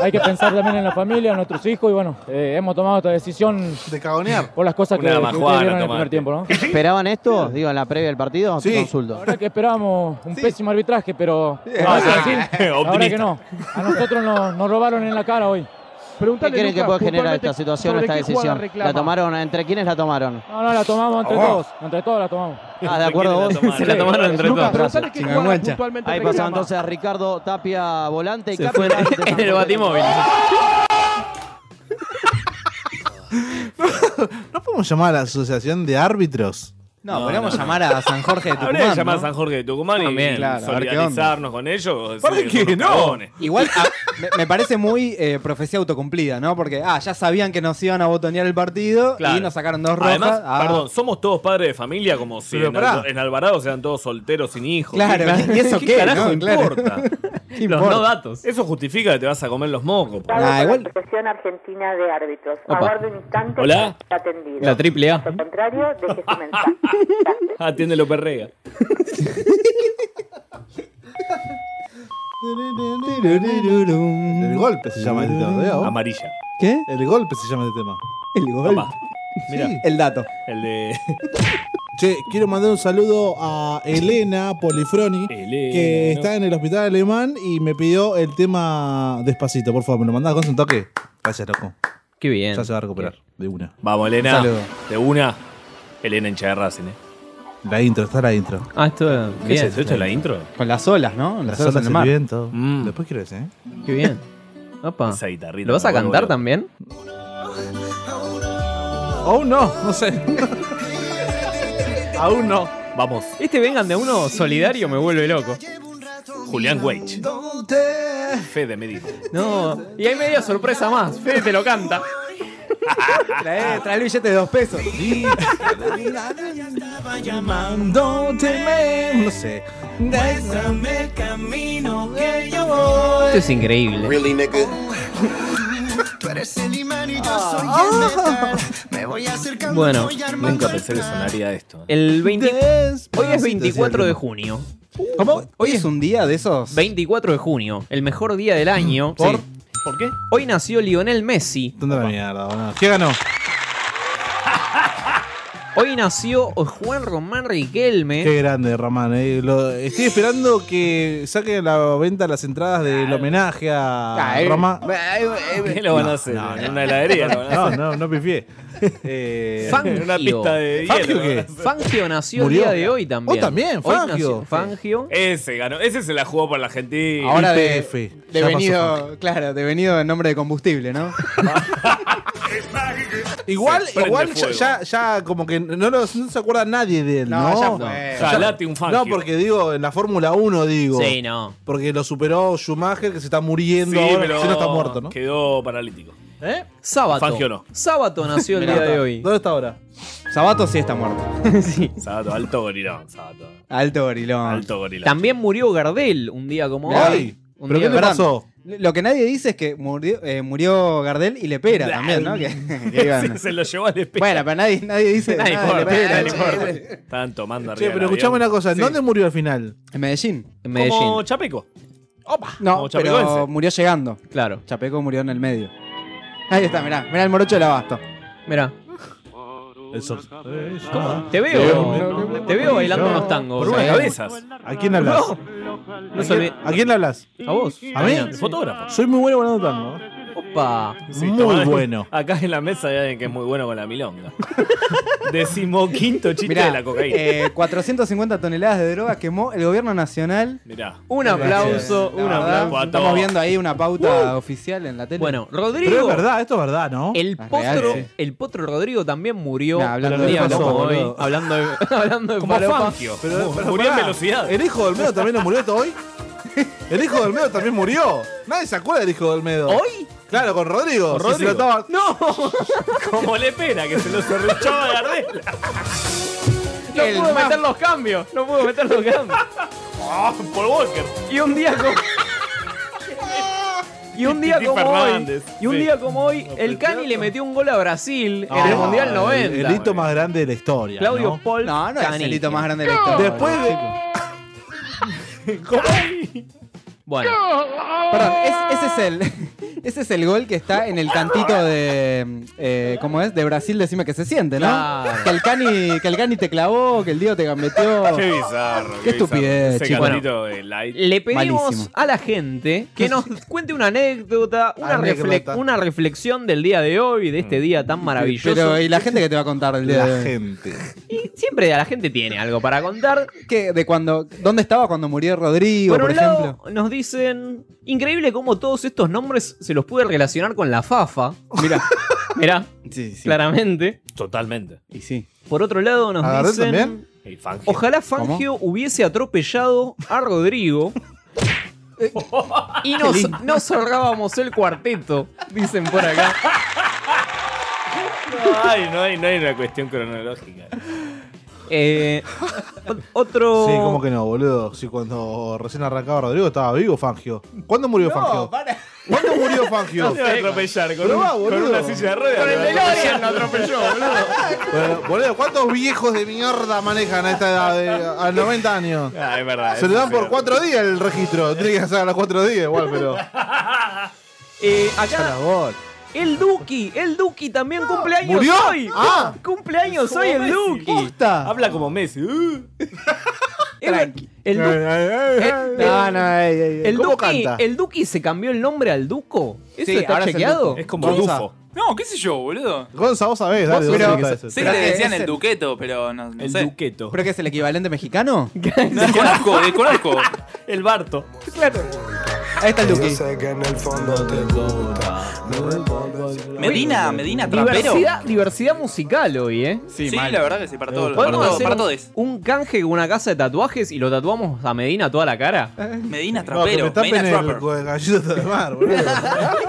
I: Hay que pensar también en la familia, en nuestros hijos y bueno, eh, hemos tomado esta decisión
H: de cagonear
I: por las cosas que,
R: Una
I: que ustedes
R: majuana
I: vieron en el
R: tomaste.
I: primer tiempo, ¿no?
R: ¿Esperaban esto? Digo, en la previa del partido, te
I: La
R: consulto.
I: verdad que esperábamos un pésimo arbitraje, pero
R: Sí.
I: no, es así.
R: Ah,
I: la verdad
R: optimista.
I: que no. A nosotros nos, nos robaron en la cara hoy.
R: ¿Qué
P: Preguntale,
R: creen que
P: Lucas,
R: puede generar
P: puntualmente
R: esta situación,
P: sobre
R: esta
P: qué jugada
R: decisión?
P: reclama.
R: ¿La tomaron? ¿Entre quiénes la tomaron?
I: No, no, la tomamos entre
R: Ah.
I: todos. Entre todos la tomamos.
R: Ah, de acuerdo vos. *laughs*
I: Lucas,
R: Gracias.
I: preguntale qué jugada Chinganguancha. puntualmente
R: Ahí
I: reclama.
R: pasó entonces a Ricardo Tapia volante y
K: Se fue
R: capitán de
K: en el
R: San Jorge.
K: batimóvil.
H: ¿No podemos llamar a la Asociación de Árbitros?
F: No, podríamos llamar a San Jorge de Tucumán.
G: *laughs* Habría que llamar a
F: ¿no?
G: San Jorge de Tucumán
F: También,
G: y
F: claro, a ver qué
G: solidarizarnos con ellos.
F: ¿Para
G: decirle que
F: qué?
G: son unos
F: No.
G: cagones.
F: Igual a- me, me parece muy eh, profecía autocumplida, ¿no? Porque ah, ya sabían que nos iban a botonear el partido
G: Claro.
F: y nos sacaron dos rojas.
G: Además,
F: Ah,
G: perdón, somos todos padres de familia como si
F: Pero
G: en,
F: pará.
G: Aldo- en Alvarado sean todos solteros sin hijos.
F: Claro,
G: ¿Qué-
F: ¿y eso
G: *laughs* ¿Qué,
F: qué,
G: carajo
F: no? Claro.
G: importa?
F: *laughs* ¿Qué
G: Los
F: importa?
G: no datos. Eso justifica que te vas a comer los mocos. por
E: Dado por
G: ejemplo.
E: la Asociación Argentina de Árbitros.
G: Opa.
E: Aguarde un instante
G: Hola.
E: para ser atendido.
G: La triple A.
E: Lo contrario, deje
P: *laughs*
E: su mensaje.
G: Atiéndelo perrega.
H: El golpe se llama este tema. ¿verdad?
G: Amarilla.
F: ¿Qué?
H: El golpe se llama este tema.
F: El golpe.
G: Mirá.
F: El dato.
G: El de.
H: *laughs* Che, quiero mandar un saludo a Elena Polifroni,
G: Elena.
H: que está en el hospital alemán y me pidió el tema despacito. Por favor, ¿me lo mandás con un toque? Gracias, loco.
K: Qué bien.
H: Ya se va a recuperar, de una.
G: Vamos, Elena.
H: Saludo.
G: De una. Elena hincha de Racing, ¿eh?
H: La intro, está la intro.
K: Ah, esto
G: ¿Qué es eso? ¿Esto es la intro?
F: Con las olas, ¿no?
H: Las,
F: Las
H: olas
F: olas en
H: se
F: el mar.
H: viven todo.
G: Mm.
H: Después quiero decir, ¿eh?
K: Qué bien. Opa.
G: Esa guitarrita.
K: ¿Lo vas a
G: me vuelvo
K: cantar
G: loco.
K: también?
H: Aún no, no sé.
K: *laughs* Aún no. Vamos. Este vengan de a uno solidario me vuelve loco.
G: Julián Weich. Fede me dijo. *laughs*
K: No. Y hay media sorpresa más. Fede te lo canta.
F: eh,
G: Ah.
F: Trae, trae el billete de dos pesos.
H: Llamándote, no sé.
L: Déjame el camino que yo voy.
K: Esto es increíble.
L: Really,
M: Tú eres el imán y yo soy el
L: Ah.
M: metal. Me voy
G: *laughs*
M: acercando
K: Bueno.
M: y armando
G: Nunca pensé que sonaría esto.
K: El 20... Hoy es 24 de junio.
F: ¿Cómo? Hoy es un día de esos.
K: 24 de junio. El mejor día del año.
F: ¿Por?
K: Sí. qué? Hoy nació Lionel Messi.
H: ¿Dónde la mierda? boludo? ¿Qué ganó?
K: *laughs* Hoy nació Juan Román Riquelme.
H: Qué grande, Román. eh. Lo- estoy esperando que saquen a la venta las entradas del homenaje a
F: Ah, eh,
H: Román.
G: ¿Qué lo van a hacer? en una heladería. lo van
H: *laughs*
G: a
H: No,
G: hacer.
H: no, no
G: *laughs*
H: pifié. Eh,
K: Fangio.
G: Una pista de hielo.
H: ¿Fangio qué?
K: Fangio
G: *laughs*
K: nació
H: Murió.
K: el día de hoy también.
H: Oh, también,
K: Hoy
H: Fangio.
K: nació Fangio.
G: Ese ganó. Ese se la jugó por la Argentina.
F: Ahora de,
G: IPF. Ya pasó Fangio.
F: devenido, claro, devenido en nombre de combustible, ¿no?
H: Igual,
G: Se prende
H: igual ya,
G: fuego.
H: ya, ya como que no, lo- no se acuerda nadie de él, ¿no?
F: No, ya fue.
G: Ojalá te un Fangio.
H: No, porque digo, en la Fórmula 1 digo.
K: Sí, no.
H: Porque lo superó Schumacher, que se está
G: Sí,
H: muriendo ahora.
G: pero
H: Si no está muerto, ¿no?
G: Quedó paralítico.
H: ¿Eh?
K: Sábato.
G: Fangio no.
K: Sábato nació el
F: Mirá,
K: día de
F: está.
K: hoy.
H: ¿Dónde está ahora?
F: Sabato sí está muerto.
K: Sí.
G: Sabato, alto gorilón. Sabato,
F: Alto gorilón.
G: alto gorilón.
K: También murió Gardel un día como
F: Mirá.
K: hoy. Un
F: ¿Pero
K: día
F: qué le
K: como-
F: pasó? Lo que nadie dice es que murió, eh, murió Gardel y Lepera también,
G: *laughs*
F: ¿no? Que- *laughs* que iban-
G: se, se lo llevó al espejo.
F: Bueno, pero nadie, nadie dice
G: Nadie
F: nada
G: importa,
F: de Lepera.
G: nadie importa. Estaban tomando
H: Che,
G: arriba.
H: pero escuchame una cosa.
F: Sí.
H: ¿Dónde murió al final?
F: En Medellín.
K: En
G: Como Chapeco.
F: No,
G: como chapecoense.
F: pero murió llegando.
K: Claro.
F: Chapeco murió en el medio. Ahí está, mirá, mirá el morocho del abasto.
K: Mirá.
H: El sol. Ah.
K: ¿Cómo? Te veo, te veo bailando unos tangos.
H: Por unas
K: ¿eh?
H: cabezas. ¿A quién le hablas?
K: No se olvide-
H: ¿A quién le hablas?
K: ¿A vos?
H: ¿A mí?
K: Mañana.
G: Fotógrafo.
H: Soy muy bueno bailando tango.
K: Opa.
H: Muy
G: tomá-
H: bueno.
G: Acá en la mesa hay alguien que es muy bueno con
F: *laughs*
G: la milonga. Decimo quinto chiste
F: Mirá,
G: de la cocaína.
H: *laughs*
F: eh, 450 toneladas de droga quemó el gobierno nacional.
G: Mirá.
K: Un aplauso,
F: La
K: un
F: verdad,
K: aplauso.
F: Estamos viendo ahí una pauta oficial en la tele.
K: Uh. Bueno, Rodrigo. Pero es verdad,
H: Ah, esto es verdad, ¿no?
K: El potro,
F: real, sí.
H: eh.
K: el potro Rodrigo también murió.
F: Nah, hablando
K: un
F: de
K: día
F: falopa,
K: como hoy.
F: boludo.
K: Hablando de, hablando de
H: Como
K: falopa.
H: Fangio. Pero, pero
G: murió en
H: pará,
G: velocidad.
H: ¿El hijo de Olmedo
K: *laughs*
H: también no murió esto hoy? *laughs* El hijo de Olmedo también murió. Nadie se acuerda del hijo de Olmedo.
K: ¿Hoy?
H: Claro, con Rodrigo.
G: Con
H: Si se lo
G: Rodrigo.
H: estaba-
K: ¡No!
G: Como le pena que se lo cerruchaba Gardel.
K: No
G: El
K: pudo
G: más-
K: meter los cambios. No pudo meter los cambios.
G: Ah, Paul Walker.
K: Y un día como. Y un día
G: Titi
K: como hoy,
G: Fernández.
K: y un
G: Sí.
K: día como hoy, el Cani le metió un gol a Brasil en el Mundial 90.
H: El hito más grande de la historia.
K: Claudio
H: ¿no?
K: Paul
F: No, no es
K: Canigia.
F: el hito más grande de la historia.
H: Después de-
K: Bueno,
H: *laughs*
K: *laughs*
F: Perdón, es- ese es el. *laughs* Ese es el gol que está en el cantito de. eh, ¿Cómo es? De Brasil, decime que se siente, ¿no?
K: Claro.
F: Que, el cani, que el cani te clavó, que el Diego te gambeteó.
G: *laughs* Qué bizarro.
F: Qué estupidez,
G: Ese
F: chicos.
G: cantito de light.
K: Le pedimos
G: Malísimo.
K: a la gente que nos cuente una anécdota, una,
G: Anécdota.
K: refle- una reflexión del día de hoy, de
G: Mm.
K: este día tan maravilloso.
F: Pero, ¿y la gente que te va a contar el día
K: La
F: de hoy?
K: Y siempre la gente tiene algo para contar.
F: ¿Qué? ¿De cuando, ¿Dónde estaba cuando murió Rodrigo,
K: Por
F: por,
K: un
F: ejemplo?
K: lado, nos dicen, increíble cómo todos estos nombres se los pude relacionar con la Fafa.
F: *laughs*
K: Mirá, mirá, claramente.
G: Totalmente.
F: Y sí.
K: Por otro lado, nos
G: ¿Agarré
K: dicen,
G: también? El Fangio.
K: ojalá Fangio hubiese atropellado a Rodrigo.
I: Eh,
K: y nos, nos ahorrábamos el cuarteto, dicen por
G: *laughs*
K: acá.
G: No hay, no hay, no hay una cuestión cronológica. *laughs*
K: Eh, o- otro.
G: Oh.
H: Sí, ¿cómo que no, boludo? Si cuando recién arrancaba Rodrigo estaba vivo Fangio. ¿Cuándo murió Fangio? ¿Cuándo murió Fangio?
G: *laughs* No se va a atropellar con,
H: Probá,
G: un- con
H: boludo.
G: una silla de ruedas.
H: Con el
G: lo va a
H: DeLorean
G: atropellar.
H: lo atropelló, Bueno, boludo, ¿cuántos viejos de mierda manejan a esta edad de a 90 años?
G: Ah, es verdad.
H: Se
G: es
H: le dan
G: feo.
H: por cuatro días el registro. Tiene que hacer a los cuatro días igual, pero.
K: Eh, acá. El Duki, el Duki también cumpleaños
G: ¿murió?
K: hoy.
G: Ah.
K: cumpleaños
G: Como
K: hoy el
G: Messi.
K: Duki.
G: Habla como Messi.
F: *laughs*
G: Uh.
K: El
H: Eh,
K: Duki. el-
G: No, no, ey, ey, ey.
K: el
G: ¿Cómo
K: Duki-
G: canta?
K: ¿El Duki se cambió el nombre al Duco? ¿Eso
G: Sí,
K: está
G: ahora es el
K: chequeado?
G: Duco. Es como Gonza. Dufo.
N: No, qué sé yo, boludo.
H: Gonza, vos sabés,
F: dale, vos sabés que
N: sé
F: eso.
N: que le
F: Pero
N: decían
F: es
N: el
F: el-
N: duqueto, pero no, no sé.
G: duqueto.
F: ¿Pero que es el equivalente mexicano?
N: Desconozco, desconozco.
F: *laughs*
G: El Barto.
F: Claro. Ahí está el Duki.
N: Medina, Medina Trapero.
K: Diversidad, diversidad musical hoy, ¿eh?
N: Sí, la verdad que sí, para todos. Para
K: ¿Podemos
N: todos,
K: hacer
N: para
K: un-
N: todes.
K: un canje con una casa de tatuajes y lo tatuamos a Medina toda la cara?
N: Medina
H: No, que me
N: Trapero,
H: tapen
N: Medina
H: el
N: Trapper.
H: co- gallito de mar, boludo.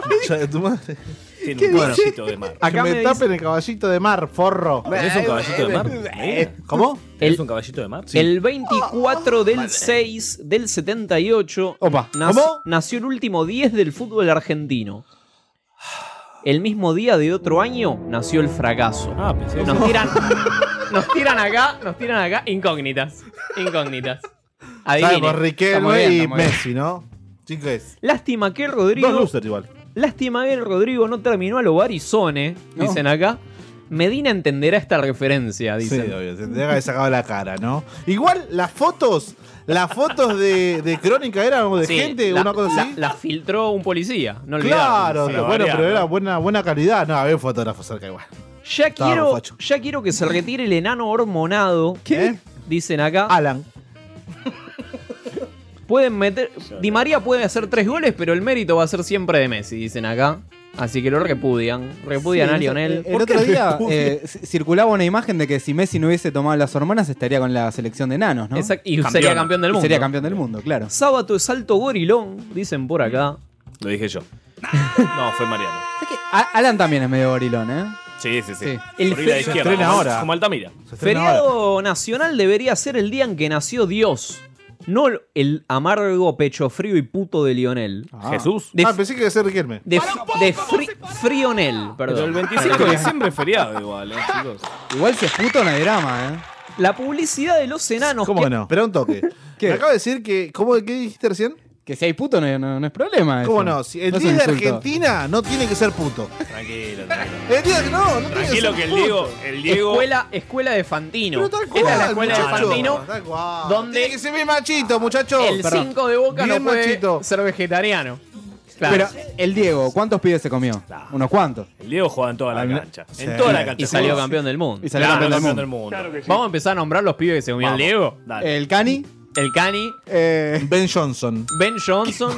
H: Concha de tu madre.
G: Tiene un caballito de mar.
H: Que
G: Acá
H: me
G: me
H: tapen el caballito de mar, forro.
G: ¿Tenés un caballito de mar?
H: Eh, ¿Cómo? Oh,
G: ¿Tenés un caballito de mar?
K: El 24 del 6 del 78 nac- nació el último 10 del fútbol argentino. El mismo día de otro año nació el fracaso.
G: Ah,
K: nos,
G: eso. *laughs*
K: tiran, nos tiran acá, nos tiran acá incógnitas. Incógnitas. Adivinen.
H: Sabemos, Riquelme
K: Estamos bien,
H: y
K: estamos bien.
H: Messi, ¿no? Chico es.
K: Lástima que Rodrigo.
H: Dos losers igual.
K: Lástima que el Rodrigo no terminó a lo Barizone,
H: No.
K: dicen acá. Medina entenderá esta referencia, dicen.
H: Sí, obvio, se tendría que haber sacado la cara, ¿no? Igual las fotos, las fotos de, de Crónica eran de
K: Sí,
H: gente,
K: la-
H: una cosa
K: la-
H: así.
K: la filtró un policía, no
H: claro,
K: olvidamos. Sí,
H: bueno,
K: variado,
H: pero
K: ¿no?
H: era buena, buena calidad. No, había un fotógrafo cerca igual.
K: Ya
H: Estaba
K: quiero,
H: facho.
K: ya quiero que se retire el enano hormonado. ¿Qué? Dicen acá.
H: Alan.
K: Pueden meter. Di María puede hacer tres goles, pero el mérito va a ser siempre de Messi, dicen acá. Así que lo repudian. Repudian
F: Sí,
K: a
F: el-
K: Lionel.
F: El, el otro
K: *laughs*
F: día eh, c- circulaba una imagen de que si Messi no hubiese tomado las hormonas estaría con la selección de enanos, ¿no?
K: Exacto, y sería campeón del
F: Y
K: mundo.
F: sería campeón del mundo, claro.
K: Sábado es alto gorilón, dicen por acá.
G: Lo
K: *laughs*
G: dije yo. No, fue Mariano.
F: A- Alan también es medio gorilón, ¿eh?
G: Sí, sí, sí.
F: Sí.
G: El
F: El
G: Gorila de
F: fe-
G: izquierda.
F: se estrena
G: como-
F: ahora.
G: Como Altamira.
K: Feriado nacional debería ser el día en que nació Dios. No el amargo pecho frío y puto de Lionel.
G: Jesús.
K: De,
H: Ah, pensé que iba a ser Riquelme.
K: de, de fri- Frionel, perdón.
G: Pero el 25 de diciembre es feriado igual, eh, chicos.
F: Igual si es puto no hay drama, ¿eh?
K: La publicidad de los enanos.
H: ¿Cómo que no? Espera un
K: *laughs*
H: toque.
F: ¿Qué?
H: Me acabo de decir que. ¿cómo, ¿Qué dijiste recién?
F: Que si hay puto no, no- no es problema.
H: ¿Cómo
F: eso.
H: no? Si el
F: es
H: día
F: un
H: de
F: insulto.
H: Argentina no tiene que ser puto.
G: Tranquilo, tranquilo.
H: El día Eh, que no, no tiene que
G: Tranquilo
H: ser
G: que el
H: puto.
G: Diego. El Diego.
K: Escuela, escuela de Fantino.
H: Pero tal cual,
K: Esta es la escuela de
H: muchacho.
K: Fantino.
H: Tal cual.
K: donde-
H: Tiene que ser bien machito, muchacho.
K: El
H: Perdón.
K: 5 de boca
H: Bien
K: no puede
H: machito.
K: ser vegetariano. Claro.
F: Pero el Diego, ¿cuántos pibes se comió? Unos cuantos.
G: El Diego juega en toda la cancha.
F: Sí.
G: En toda la cancha.
K: y salió campeón del mundo.
F: Y salió
K: Claro,
F: campeón del
K: campeón
F: mundo.
K: del mundo.
G: Claro que sí.
K: Vamos a empezar a nombrar los pibes que se unió el
G: Vamos,
K: Diego.
G: dale.
F: El Cani.
K: El Cani.
H: Ben Johnson.
K: Ben
H: *laughs*
K: Johnson.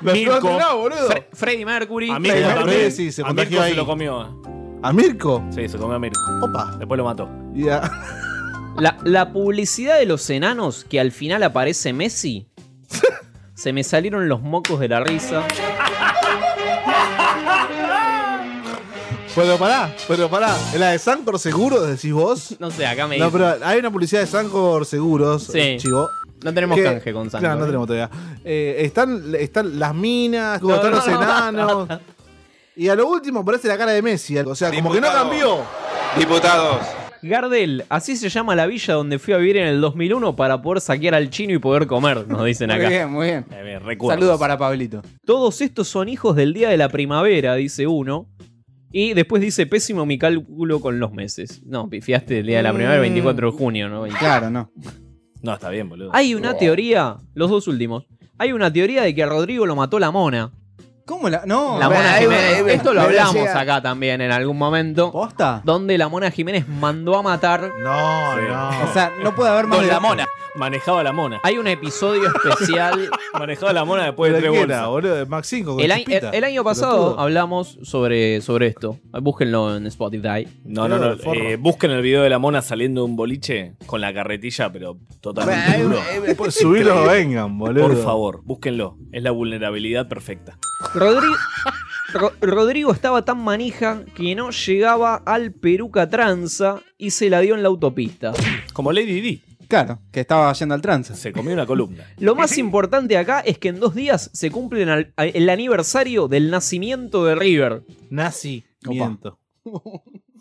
K: Mirko.
H: No, boludo.
K: Fre- Freddie Mercury.
G: A Mirko
H: Freddy
G: también.
H: Mercury, sí, se
G: A
H: contagió
G: Mirko
H: ahí.
G: se lo comió. eh.
H: ¿A Mirko?
G: Sí, se comió a Mirko.
H: Opa.
G: Después lo mató.
H: Ya.
K: La, la publicidad de los enanos que al final
H: *laughs*
K: aparece Messi. Se me salieron los mocos de la risa.
H: Pero pará, pero pará. ¿La de Sancor Seguros decís vos?
K: No sé, acá me
H: No,
K: dicen.
H: pero hay una publicidad de Sancor Seguros, eh,
K: Sí.
H: chivo.
K: No tenemos
H: que-
K: canje con Santos.
H: Claro, no tenemos todavía. Eh, están, están las minas, como
K: No,
H: están
K: no,
H: los
K: no, no.
H: enanos. Y a lo último aparece la cara de Messi. O sea, como que no
S: Diputado.
H: cambió.
S: Diputados,
K: Gardel, así se llama la villa donde fui a vivir en el 2001 para poder saquear al chino y poder comer, nos dicen acá.
F: Muy bien, muy bien.
K: Eh, bien, recuerdos.
F: Saludo para Pablito.
K: Todos estos son hijos del día de la primavera, dice uno. Y después dice, pésimo mi cálculo con los meses. No, pifiaste el día de la primavera,
F: Mm.
K: 24 de junio, ¿no?
F: Claro, no.
K: No, está bien, boludo. Oh. Hay una teoría, los dos últimos. Hay una teoría de que a Rodrigo lo mató la mona.
F: ¿Cómo la.? No,
K: La Mona Jiménez. Esto lo hablamos
F: acá.
K: acá también en algún momento.
F: ¿Posta?
K: Donde la Mona Jiménez mandó a matar.
H: No,
K: no.
F: O sea, no puede haber más
K: Con
F: de-
K: la Mona. Manejaba la Mona. Hay un episodio
G: *laughs*
K: especial. Manejaba la Mona después
H: ¿De qué era, boludo? De Max 5 con
K: El, año-
H: Chupita.
K: el- el año pasado
H: Pelotudo.
K: hablamos sobre, sobre esto. Búsquenlo en Spotify.
G: No, no, no. eh, busquen el video de la mona saliendo de un boliche con la carretilla, pero totalmente duro.
H: Por
K: *laughs*
H: subirlo, vengan, boludo.
G: Por favor, búsquenlo. Es la vulnerabilidad perfecta.
K: Rodrigo, Ro- Rodrigo estaba tan manija que no llegaba al Peruca Tranza y se la dio en la autopista.
G: Como Lady Di.
F: Claro, que estaba yendo al tranza.
G: Se comió una columna.
K: Lo más importante acá es que en dos días se cumplen al- a- el aniversario del nacimiento de River.
H: Nazi. Miento.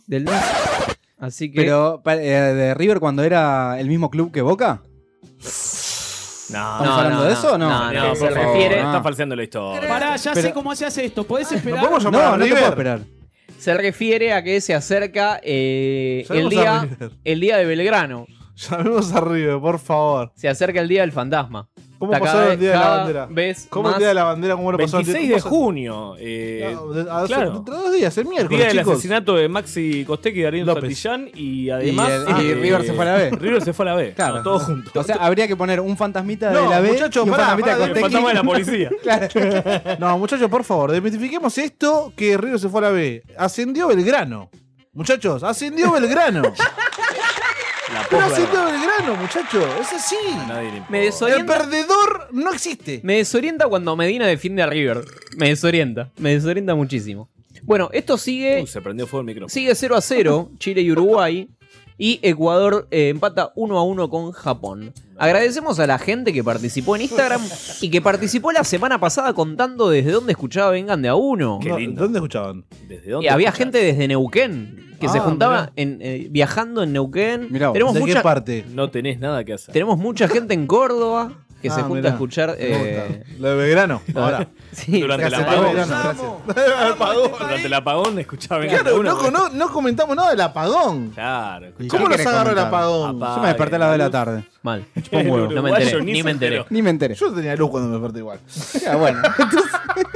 K: Del nazi. Así que.
F: Pero pa- eh, de River cuando era el mismo club que Boca.
G: No,
F: ¿Estamos hablando de eso o no?
G: No, por
F: Se
G: favor,
F: refiere-
G: está falseando la historia.
I: Pará, ya
K: Pero-
I: sé cómo se hace esto. ¿Podés esperar?
K: podemos llamar a
F: no, no te
K: River?
F: puedo esperar.
K: Se refiere a que se acerca eh, el,
H: Sabemos a
K: día,
H: River.
K: el día de Belgrano.
H: Llamemos a River, por favor.
K: Se acerca el día del fantasma.
H: ¿Cómo
K: Está
H: pasó
K: cada
H: el día de la
K: cada
H: bandera?
K: vez
H: ¿Cómo el
K: más-
H: día de la bandera? ¿Cómo lo pasó el día-
G: 26 de
H: cómo
G: junio. eh,
H: No, de- a-
G: claro.
H: hace- Dentro de dos días, el miércoles.
G: Día del
H: chicos.
G: asesinato de Maxi Costec y Darío
H: López.
G: Santillán y además...
F: y, el- y
G: eh,
F: River se fue a la B.
G: River se fue a la B.
F: Claro.
G: No, todo junto.
F: O sea, habría que poner un fantasmita de
H: No,
F: la B
H: muchachos,
F: y un
H: pará,
F: fantasmita
H: pará,
F: con
H: el
F: Tequi.
H: fantasma de la *laughs*
G: policía.
F: *laughs* claro.
H: No, muchachos, por favor, desmitifiquemos esto que River se fue a la B. Ascendió Belgrano. Muchachos, ascendió Belgrano.
G: La
H: Pero
G: posverdad.
H: ascendió Belgrano, muchachos. Es así.
G: Nadie le importa.
K: Me desorienta.
H: El perdedor no existe.
K: Me desorienta cuando Medina defiende a River. Me desorienta. Me desorienta muchísimo. Bueno, esto sigue.
G: Uy, Uh, se prendió fuego el micrófono.
K: Sigue 0 a
G: *laughs*
K: 0, Chile y Uruguay. Y Ecuador eh, empata 1 a 1 con Japón. Agradecemos a la gente que participó en
G: *laughs*
K: Instagram y que participó la semana pasada contando desde dónde escuchaba Vengan de a uno.
H: No, ¿Dónde escuchaban?
G: ¿Desde
K: Y había gente desde Neuquén que se
H: Ah,
K: juntaba
H: mirá.
K: en, eh, viajando en Neuquén.
H: vos.
K: tenemos,
H: ¿De qué
K: mucha,
H: parte?
G: No tenés nada que hacer.
K: tenemos mucha gente en Córdoba que se
H: Ah,
K: junta
H: mirá.
K: a escuchar. eh,
H: Lo de
K: *laughs*
H: Belgrano. Ahora.
K: sí,
G: Durante el
H: Gracias,
G: apagón.
H: Belgrano, gracias.
G: Durante el apagón escuchaba Vengan de a
H: Claro,
G: uno.
H: loco, no, no comentamos nada del apagón.
G: Claro.
H: ¿Cómo
F: qué
H: los
F: querés
H: agarró el
F: comentar?
H: apagón?
G: Apá,
F: Yo me desperté a las 2 de la tarde.
K: Mal.
F: Chupó un huevo.
K: No me
G: Uruguayo
K: enteré,
G: ni
K: ni
G: se
K: me enteré.
G: enteró.
F: Ni me enteré.
H: Yo tenía luz cuando me desperté igual.
F: *laughs* Ah, bueno.
G: *laughs*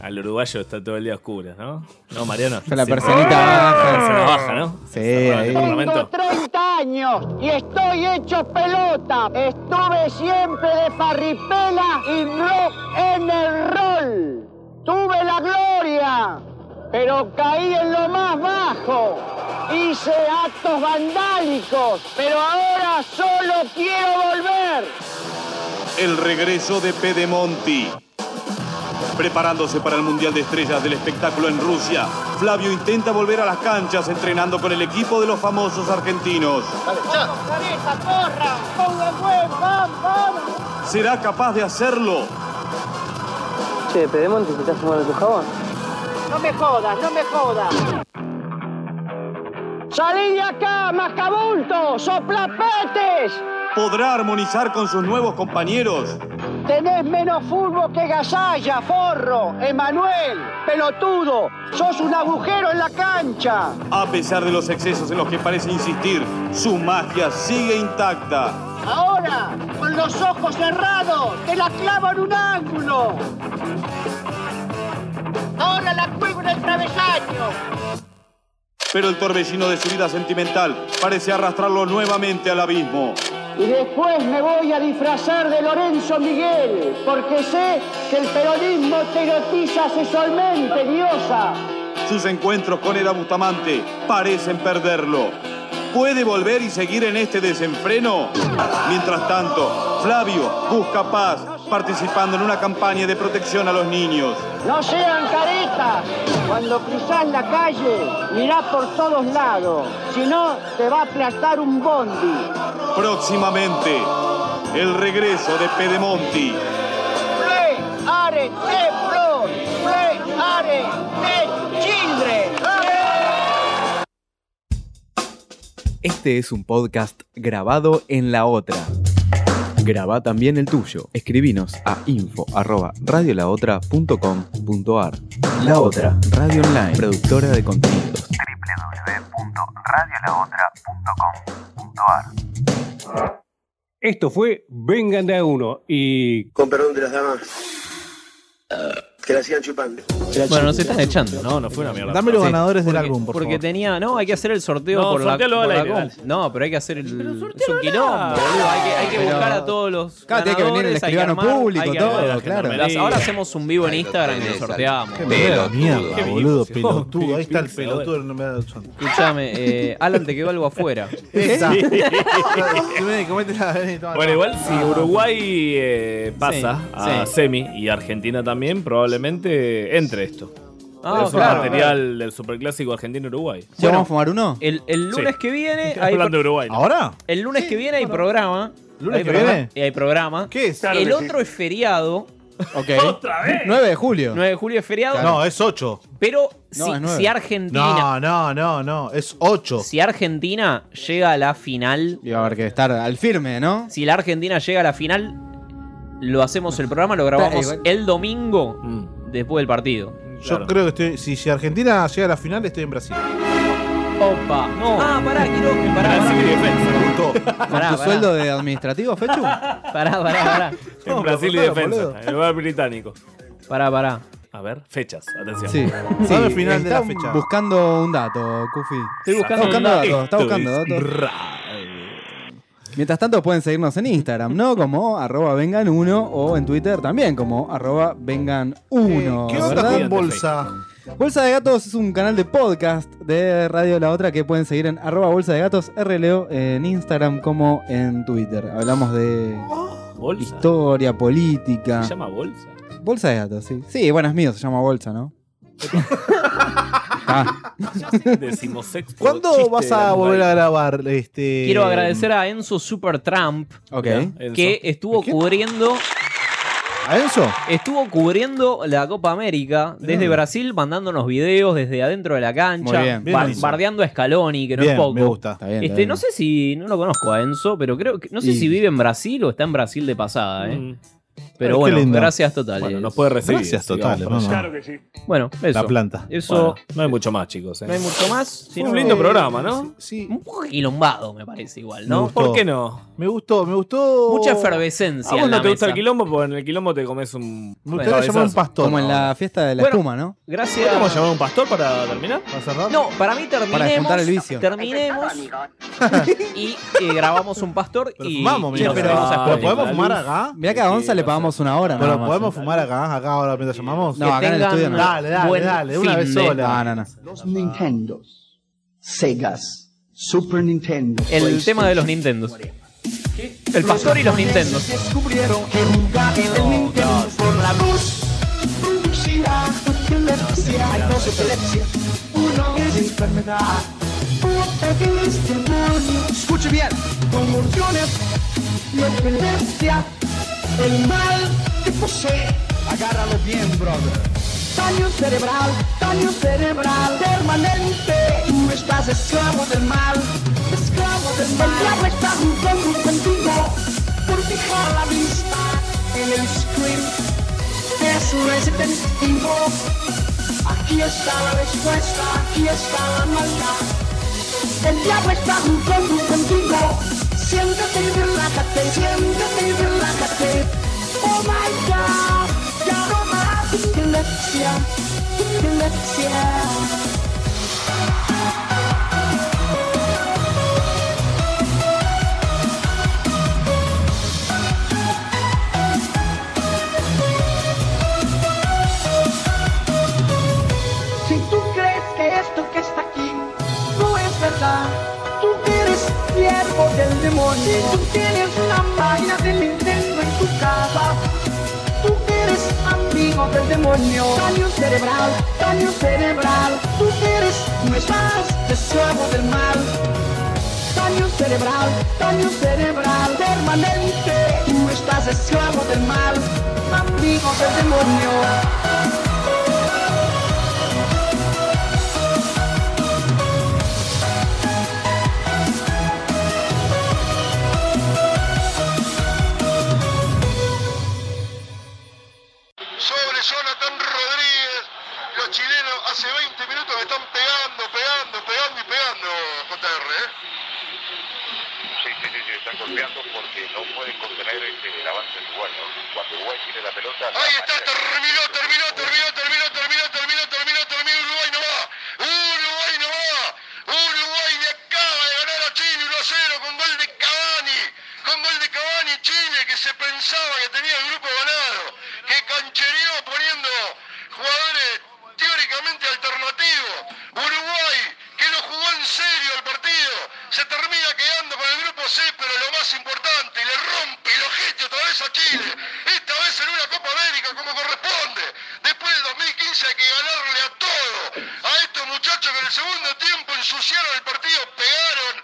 G: Al uruguayo está todo el día a oscuras, ¿no? No, Mariano.
F: Con la
G: se-
F: persianita baja.
G: Se nos baja, ¿no?
F: Sí,
G: Se nos baja el
F: ahí.
G: Parlamento.
J: 30 años y estoy hecho pelota. Estuve siempre de farripela y no en el rol. Tuve la gloria, pero caí en lo más bajo. Hice actos vandálicos, pero ahora solo quiero volver.
T: El regreso de Pedemonti. Preparándose para el Mundial de Estrellas del espectáculo en Rusia, Flavio intenta volver a las canchas entrenando con el equipo de los famosos argentinos.
J: Corran, cabeza, corran, pongan huevo, vamos, vamos.
T: ¿Será capaz de hacerlo?
J: Che, Pedemonte, ¿te estás fumando tu jabón? No me jodas, no me jodas. ¡Salí de acá, mascabulto! ¡Soplapetes!
T: ¿Podrá armonizar con sus nuevos compañeros?
J: Tenés menos fútbol que Gasalla, Forro, Emanuel, pelotudo. Sos un agujero en la cancha.
T: A pesar de los excesos en los que parece insistir, su magia sigue intacta.
J: Ahora, con los ojos cerrados, te la clavo en un ángulo. Ahora la cuelgo en el travesaño.
T: Pero el torbellino de su vida sentimental parece arrastrarlo nuevamente al abismo.
J: Y después me voy a disfrazar de Lorenzo Miguel, porque sé que el peronismo te erotiza sexualmente, diosa.
T: Sus encuentros con Eda Bustamante parecen perderlo. ¿Puede volver y seguir en este desenfreno? Mientras tanto, Flavio busca paz participando en una campaña de protección a los niños.
J: No sean caretas. Cuando cruzás la calle, mirá por todos lados. Si no, te va a aplastar un bondi.
T: Próximamente, el regreso de Pedemonti.
J: Play, are, te, pro. Play, are, te, children.
V: Este es un podcast grabado en la otra. Graba también el tuyo. Escribinos a info arroba radiolaotra.com.ar. La Otra, Radio Online, productora de contenidos.
U: www.radiolaotra.com.ar Esto fue Vengan de a uno y...
Y: Con perdón de las damas. que la sigan chupando.
K: Bueno, nos están echando.
G: No, no fue una mierda.
H: Dame los ganadores del
K: Porque-
H: álbum, por
K: Porque
H: favor.
K: tenía. No, hay que hacer el sorteo
G: No,
K: por la.
G: sortealo
K: por
G: al
K: la
G: aire,
K: comp. No, pero hay que hacer el. es un quilombo,
G: al
K: boludo. Hay que, hay que
G: aire.
K: buscar
G: Pero-
K: a todos los.
G: Claro, tiene que venir el
K: ganadores, hay que
G: escribano
K: armar-
G: público,
K: hay que armar
G: todo,
K: las
G: claro.
K: mermeladas. Ahora hacemos un vivo en Instagram y lo sorteamos.
H: Pero mierda,
K: Qué
H: boludo,
K: vivo,
H: pelotudo. Ahí está el
K: sí.
H: pelotudo del número 8.
K: Escúchame, eh, Alan, te quedó algo afuera.
H: Esa.
K: Sí.
G: Bueno, igual si Uruguay eh, pasa
K: Ah. Sí,
G: a
K: sí.
G: semi y Argentina también, probablemente entre esto.
K: Ah,
G: es
K: claro,
G: un material del superclásico Argentina-Uruguay.
K: Bueno,
G: Bueno,
K: El, el lunes que viene.
G: Estamos hablando de Uruguay, ¿no? ¿Ahora?
K: El lunes que viene hay programa.
G: ¿Lunes
K: Hay
G: que
K: programa-
G: viene?
K: y Hay programa.
H: ¿Qué es?
K: el otro es feriado. ¿Otra vez?
F: 9 de julio.
K: 9 de julio es feriado.
H: No, es 8.
K: Pero
H: No,
K: si,
H: es nueve.
K: si
H: No,
K: Argentina.
H: no, no, no. Es 8.
K: Si Argentina llega a la final.
F: Iba a haber que estar al firme, ¿no?
K: Si la Argentina llega a la final, lo hacemos el programa, lo grabamos
H: Está,
K: el domingo
G: Mm.
K: después del partido.
H: Yo creo que estoy, si, si Argentina llega a la final, estoy en Brasil.
K: Opa, no. Ah, pará, Quiroque, pará.
F: ¿Con
K: Pará,
F: tu
K: pará.
F: sueldo de administrativo, Fechu?
K: *laughs* Pará, pará, pará.
G: En Brasil y
F: cortalo,
G: defensa,
F: boludo.
G: en el bar británico.
K: Pará, pará.
G: A ver, fechas, atención.
F: Sí. sí.
G: Dame el final de la
F: están
G: fecha.
F: buscando un dato, Kufi.
G: Estoy buscando
F: Está buscando
G: un
F: datos. Está
G: dato.
F: buscando
G: Esto es
F: datos. Mientras tanto pueden seguirnos en Instagram, ¿no? Como arroba vengan1 o en Twitter también como arroba vengan1.
H: ¿Qué onda
F: ¿verdad?
H: con Bolsa?
F: Bolsa de Gatos es un canal de podcast de Radio La Otra que pueden seguir en arroba bolsa de gatos RLO en Instagram como en Twitter. Hablamos de
G: Bolsa.
F: historia, política.
G: Se llama bolsa.
F: Bolsa de gatos, sí. Sí, bueno, es mío, se llama bolsa, ¿no? Ah.
G: Decimosexto.
H: ¿Cuándo
G: chiste
H: vas
G: de la
H: a
G: nueva
H: volver
G: era.
H: a grabar? Este...
K: Quiero agradecer a Enzo Supertramp
F: Ok.
K: que estuvo cubriendo.
H: ¿A Enzo?
K: Estuvo cubriendo la Copa América desde Brasil, mandándonos videos desde adentro de la cancha,
F: Muy bien.
K: bar-
F: Bien, Enzo.
K: bardeando a Scaloni, que no
F: Bien,
K: es poco.
F: me gusta. Está bien, está
K: Este,
F: bien.
K: No sé si. No lo conozco a Enzo, pero creo que. No sé
F: Y-
K: si vive en Brasil o está en Brasil de pasada, ¿eh?
G: Mm.
K: Pero
G: Qué
K: bueno,
G: lindo.
K: gracias totales.
G: Bueno, nos puede recibir.
H: Gracias,
G: si
H: totales,
G: vamos para
H: vamos.
G: allá.
H: Claro que sí.
K: Bueno, eso.
H: La planta.
K: Eso.
G: Bueno, no hay mucho más, chicos. eh.
K: No hay mucho más. Eh,
H: Fue
K: sino-
H: un lindo programa, ¿no?
K: Un poco quilombado, me parece igual,
H: Me
K: ¿no?
H: gustó. ¿Por qué
G: no?
H: Me gustó, me gustó.
K: Mucha efervescencia.
G: A vos
K: en
G: no
K: la
G: te
K: mesa.
G: gusta el quilombo porque en el quilombo te comes un.
H: Me gustaría llamar a un pastor.
F: Como en la fiesta de la
K: Bueno,
F: espuma, ¿no?
K: Gracias.
G: ¿Podemos llamar a un pastor para terminar? ¿Para cerrar?
K: No, para mí
F: Para
K: terminemos.
F: desmontar el vicio.
K: Terminemos. *laughs* y eh, grabamos un pastor y.
H: fumamos,
K: y
H: mirá,
K: nos
H: pero-
K: fuimos a
H: ¿pero
K: Spotify.
H: podemos fumar acá?
F: Mirá que a Gonza le pagamos una hora,
H: Pero
F: nada más. ¿eh?
H: podemos fumar acá, acá ahora mientras llamamos.
F: No, acá en el estudio no.
H: Dale, dale,
F: Buen
H: dale, una
F: fin
H: vez
F: de-
H: sola.
F: No, no, no.
D: Los Nintendos, Segas, Super Nintendo.
K: El tema de los Nintendos. El pastor y los Nintendos.
D: Descubrieron que jugar en el Nintendo por la luz. Publicidad, epilepsia, hay dos epilepsias. Uno es enfermedad. Puta que es demonio. Escuche bien. Convulsiones y epilepsia. El mal te posee. Agárralo bien, brother. Daño cerebral, daño cerebral permanente. Tú estás esclavo del mal, esclavo del mal. El diablo está jugando contigo por fijar la vista en el screen. Es Resident Evil. Aquí está la respuesta, aquí está la maldad. El diablo está jugando contigo. Siéntate y relájate, siéntate y relájate. Oh my God, ya no más epilepsia, epilepsia. Si tú crees que esto que está aquí no es verdad, tú eres siervo del demonio. Tú tienes una máquina de Nintendo en tu casa. Tú eres amigo del demonio. Daño cerebral, daño cerebral. Tú eres, no estás, esclavo del mal. Daño cerebral, daño cerebral permanente. Tú estás esclavo del mal, amigo del demonio.
A: están golpeando porque no pueden contener este, el avance de Uruguay. ¿no? Cuando Uruguay tiene la pelota...
D: Ahí está, terminó, terminó, terminó, terminó, terminó, terminó, terminó, terminó, Uruguay no va. Uruguay no va. Uruguay le acaba de ganar a Chile 1 a 0 con gol de Cavani. Con gol de Cavani Chile que se pensaba que tenía el grupo ganado. Que canchereó poniendo jugadores teóricamente alternativos. Uruguay que no jugó en serio el partido. Se termina quedando con el grupo C, pero lo más importante, le rompe el ojete otra vez a Chile. Esta vez en una Copa América como corresponde. Después del 2015 hay que ganarle a todo. A estos muchachos que en el segundo tiempo ensuciaron el partido, pegaron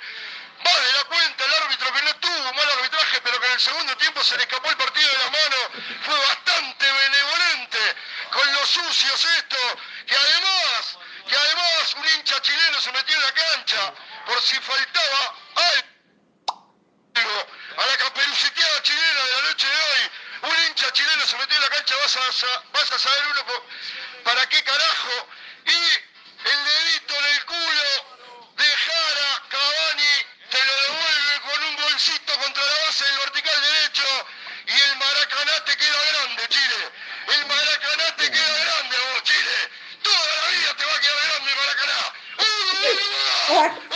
D: más de la cuenta el árbitro que no tuvo un mal arbitraje, pero que en el segundo tiempo se le escapó el partido de la mano. Fue bastante benevolente con los sucios esto, que además, que además un hincha chileno se metió en la cancha por si faltaba algo a la caperuciteada chilena de la noche de hoy. Un hincha chileno se metió en la cancha, vas a, sa- vas a saber uno po- para qué carajo. Y el dedito en el culo de Jara Cavani te lo devuelve con un bolsito contra la base del vertical derecho. Y el Maracaná te queda grande, Chile. El Maracaná te queda grande a vos, Chile. Toda la vida te va a quedar grande el Maracaná. ¡Uruguay!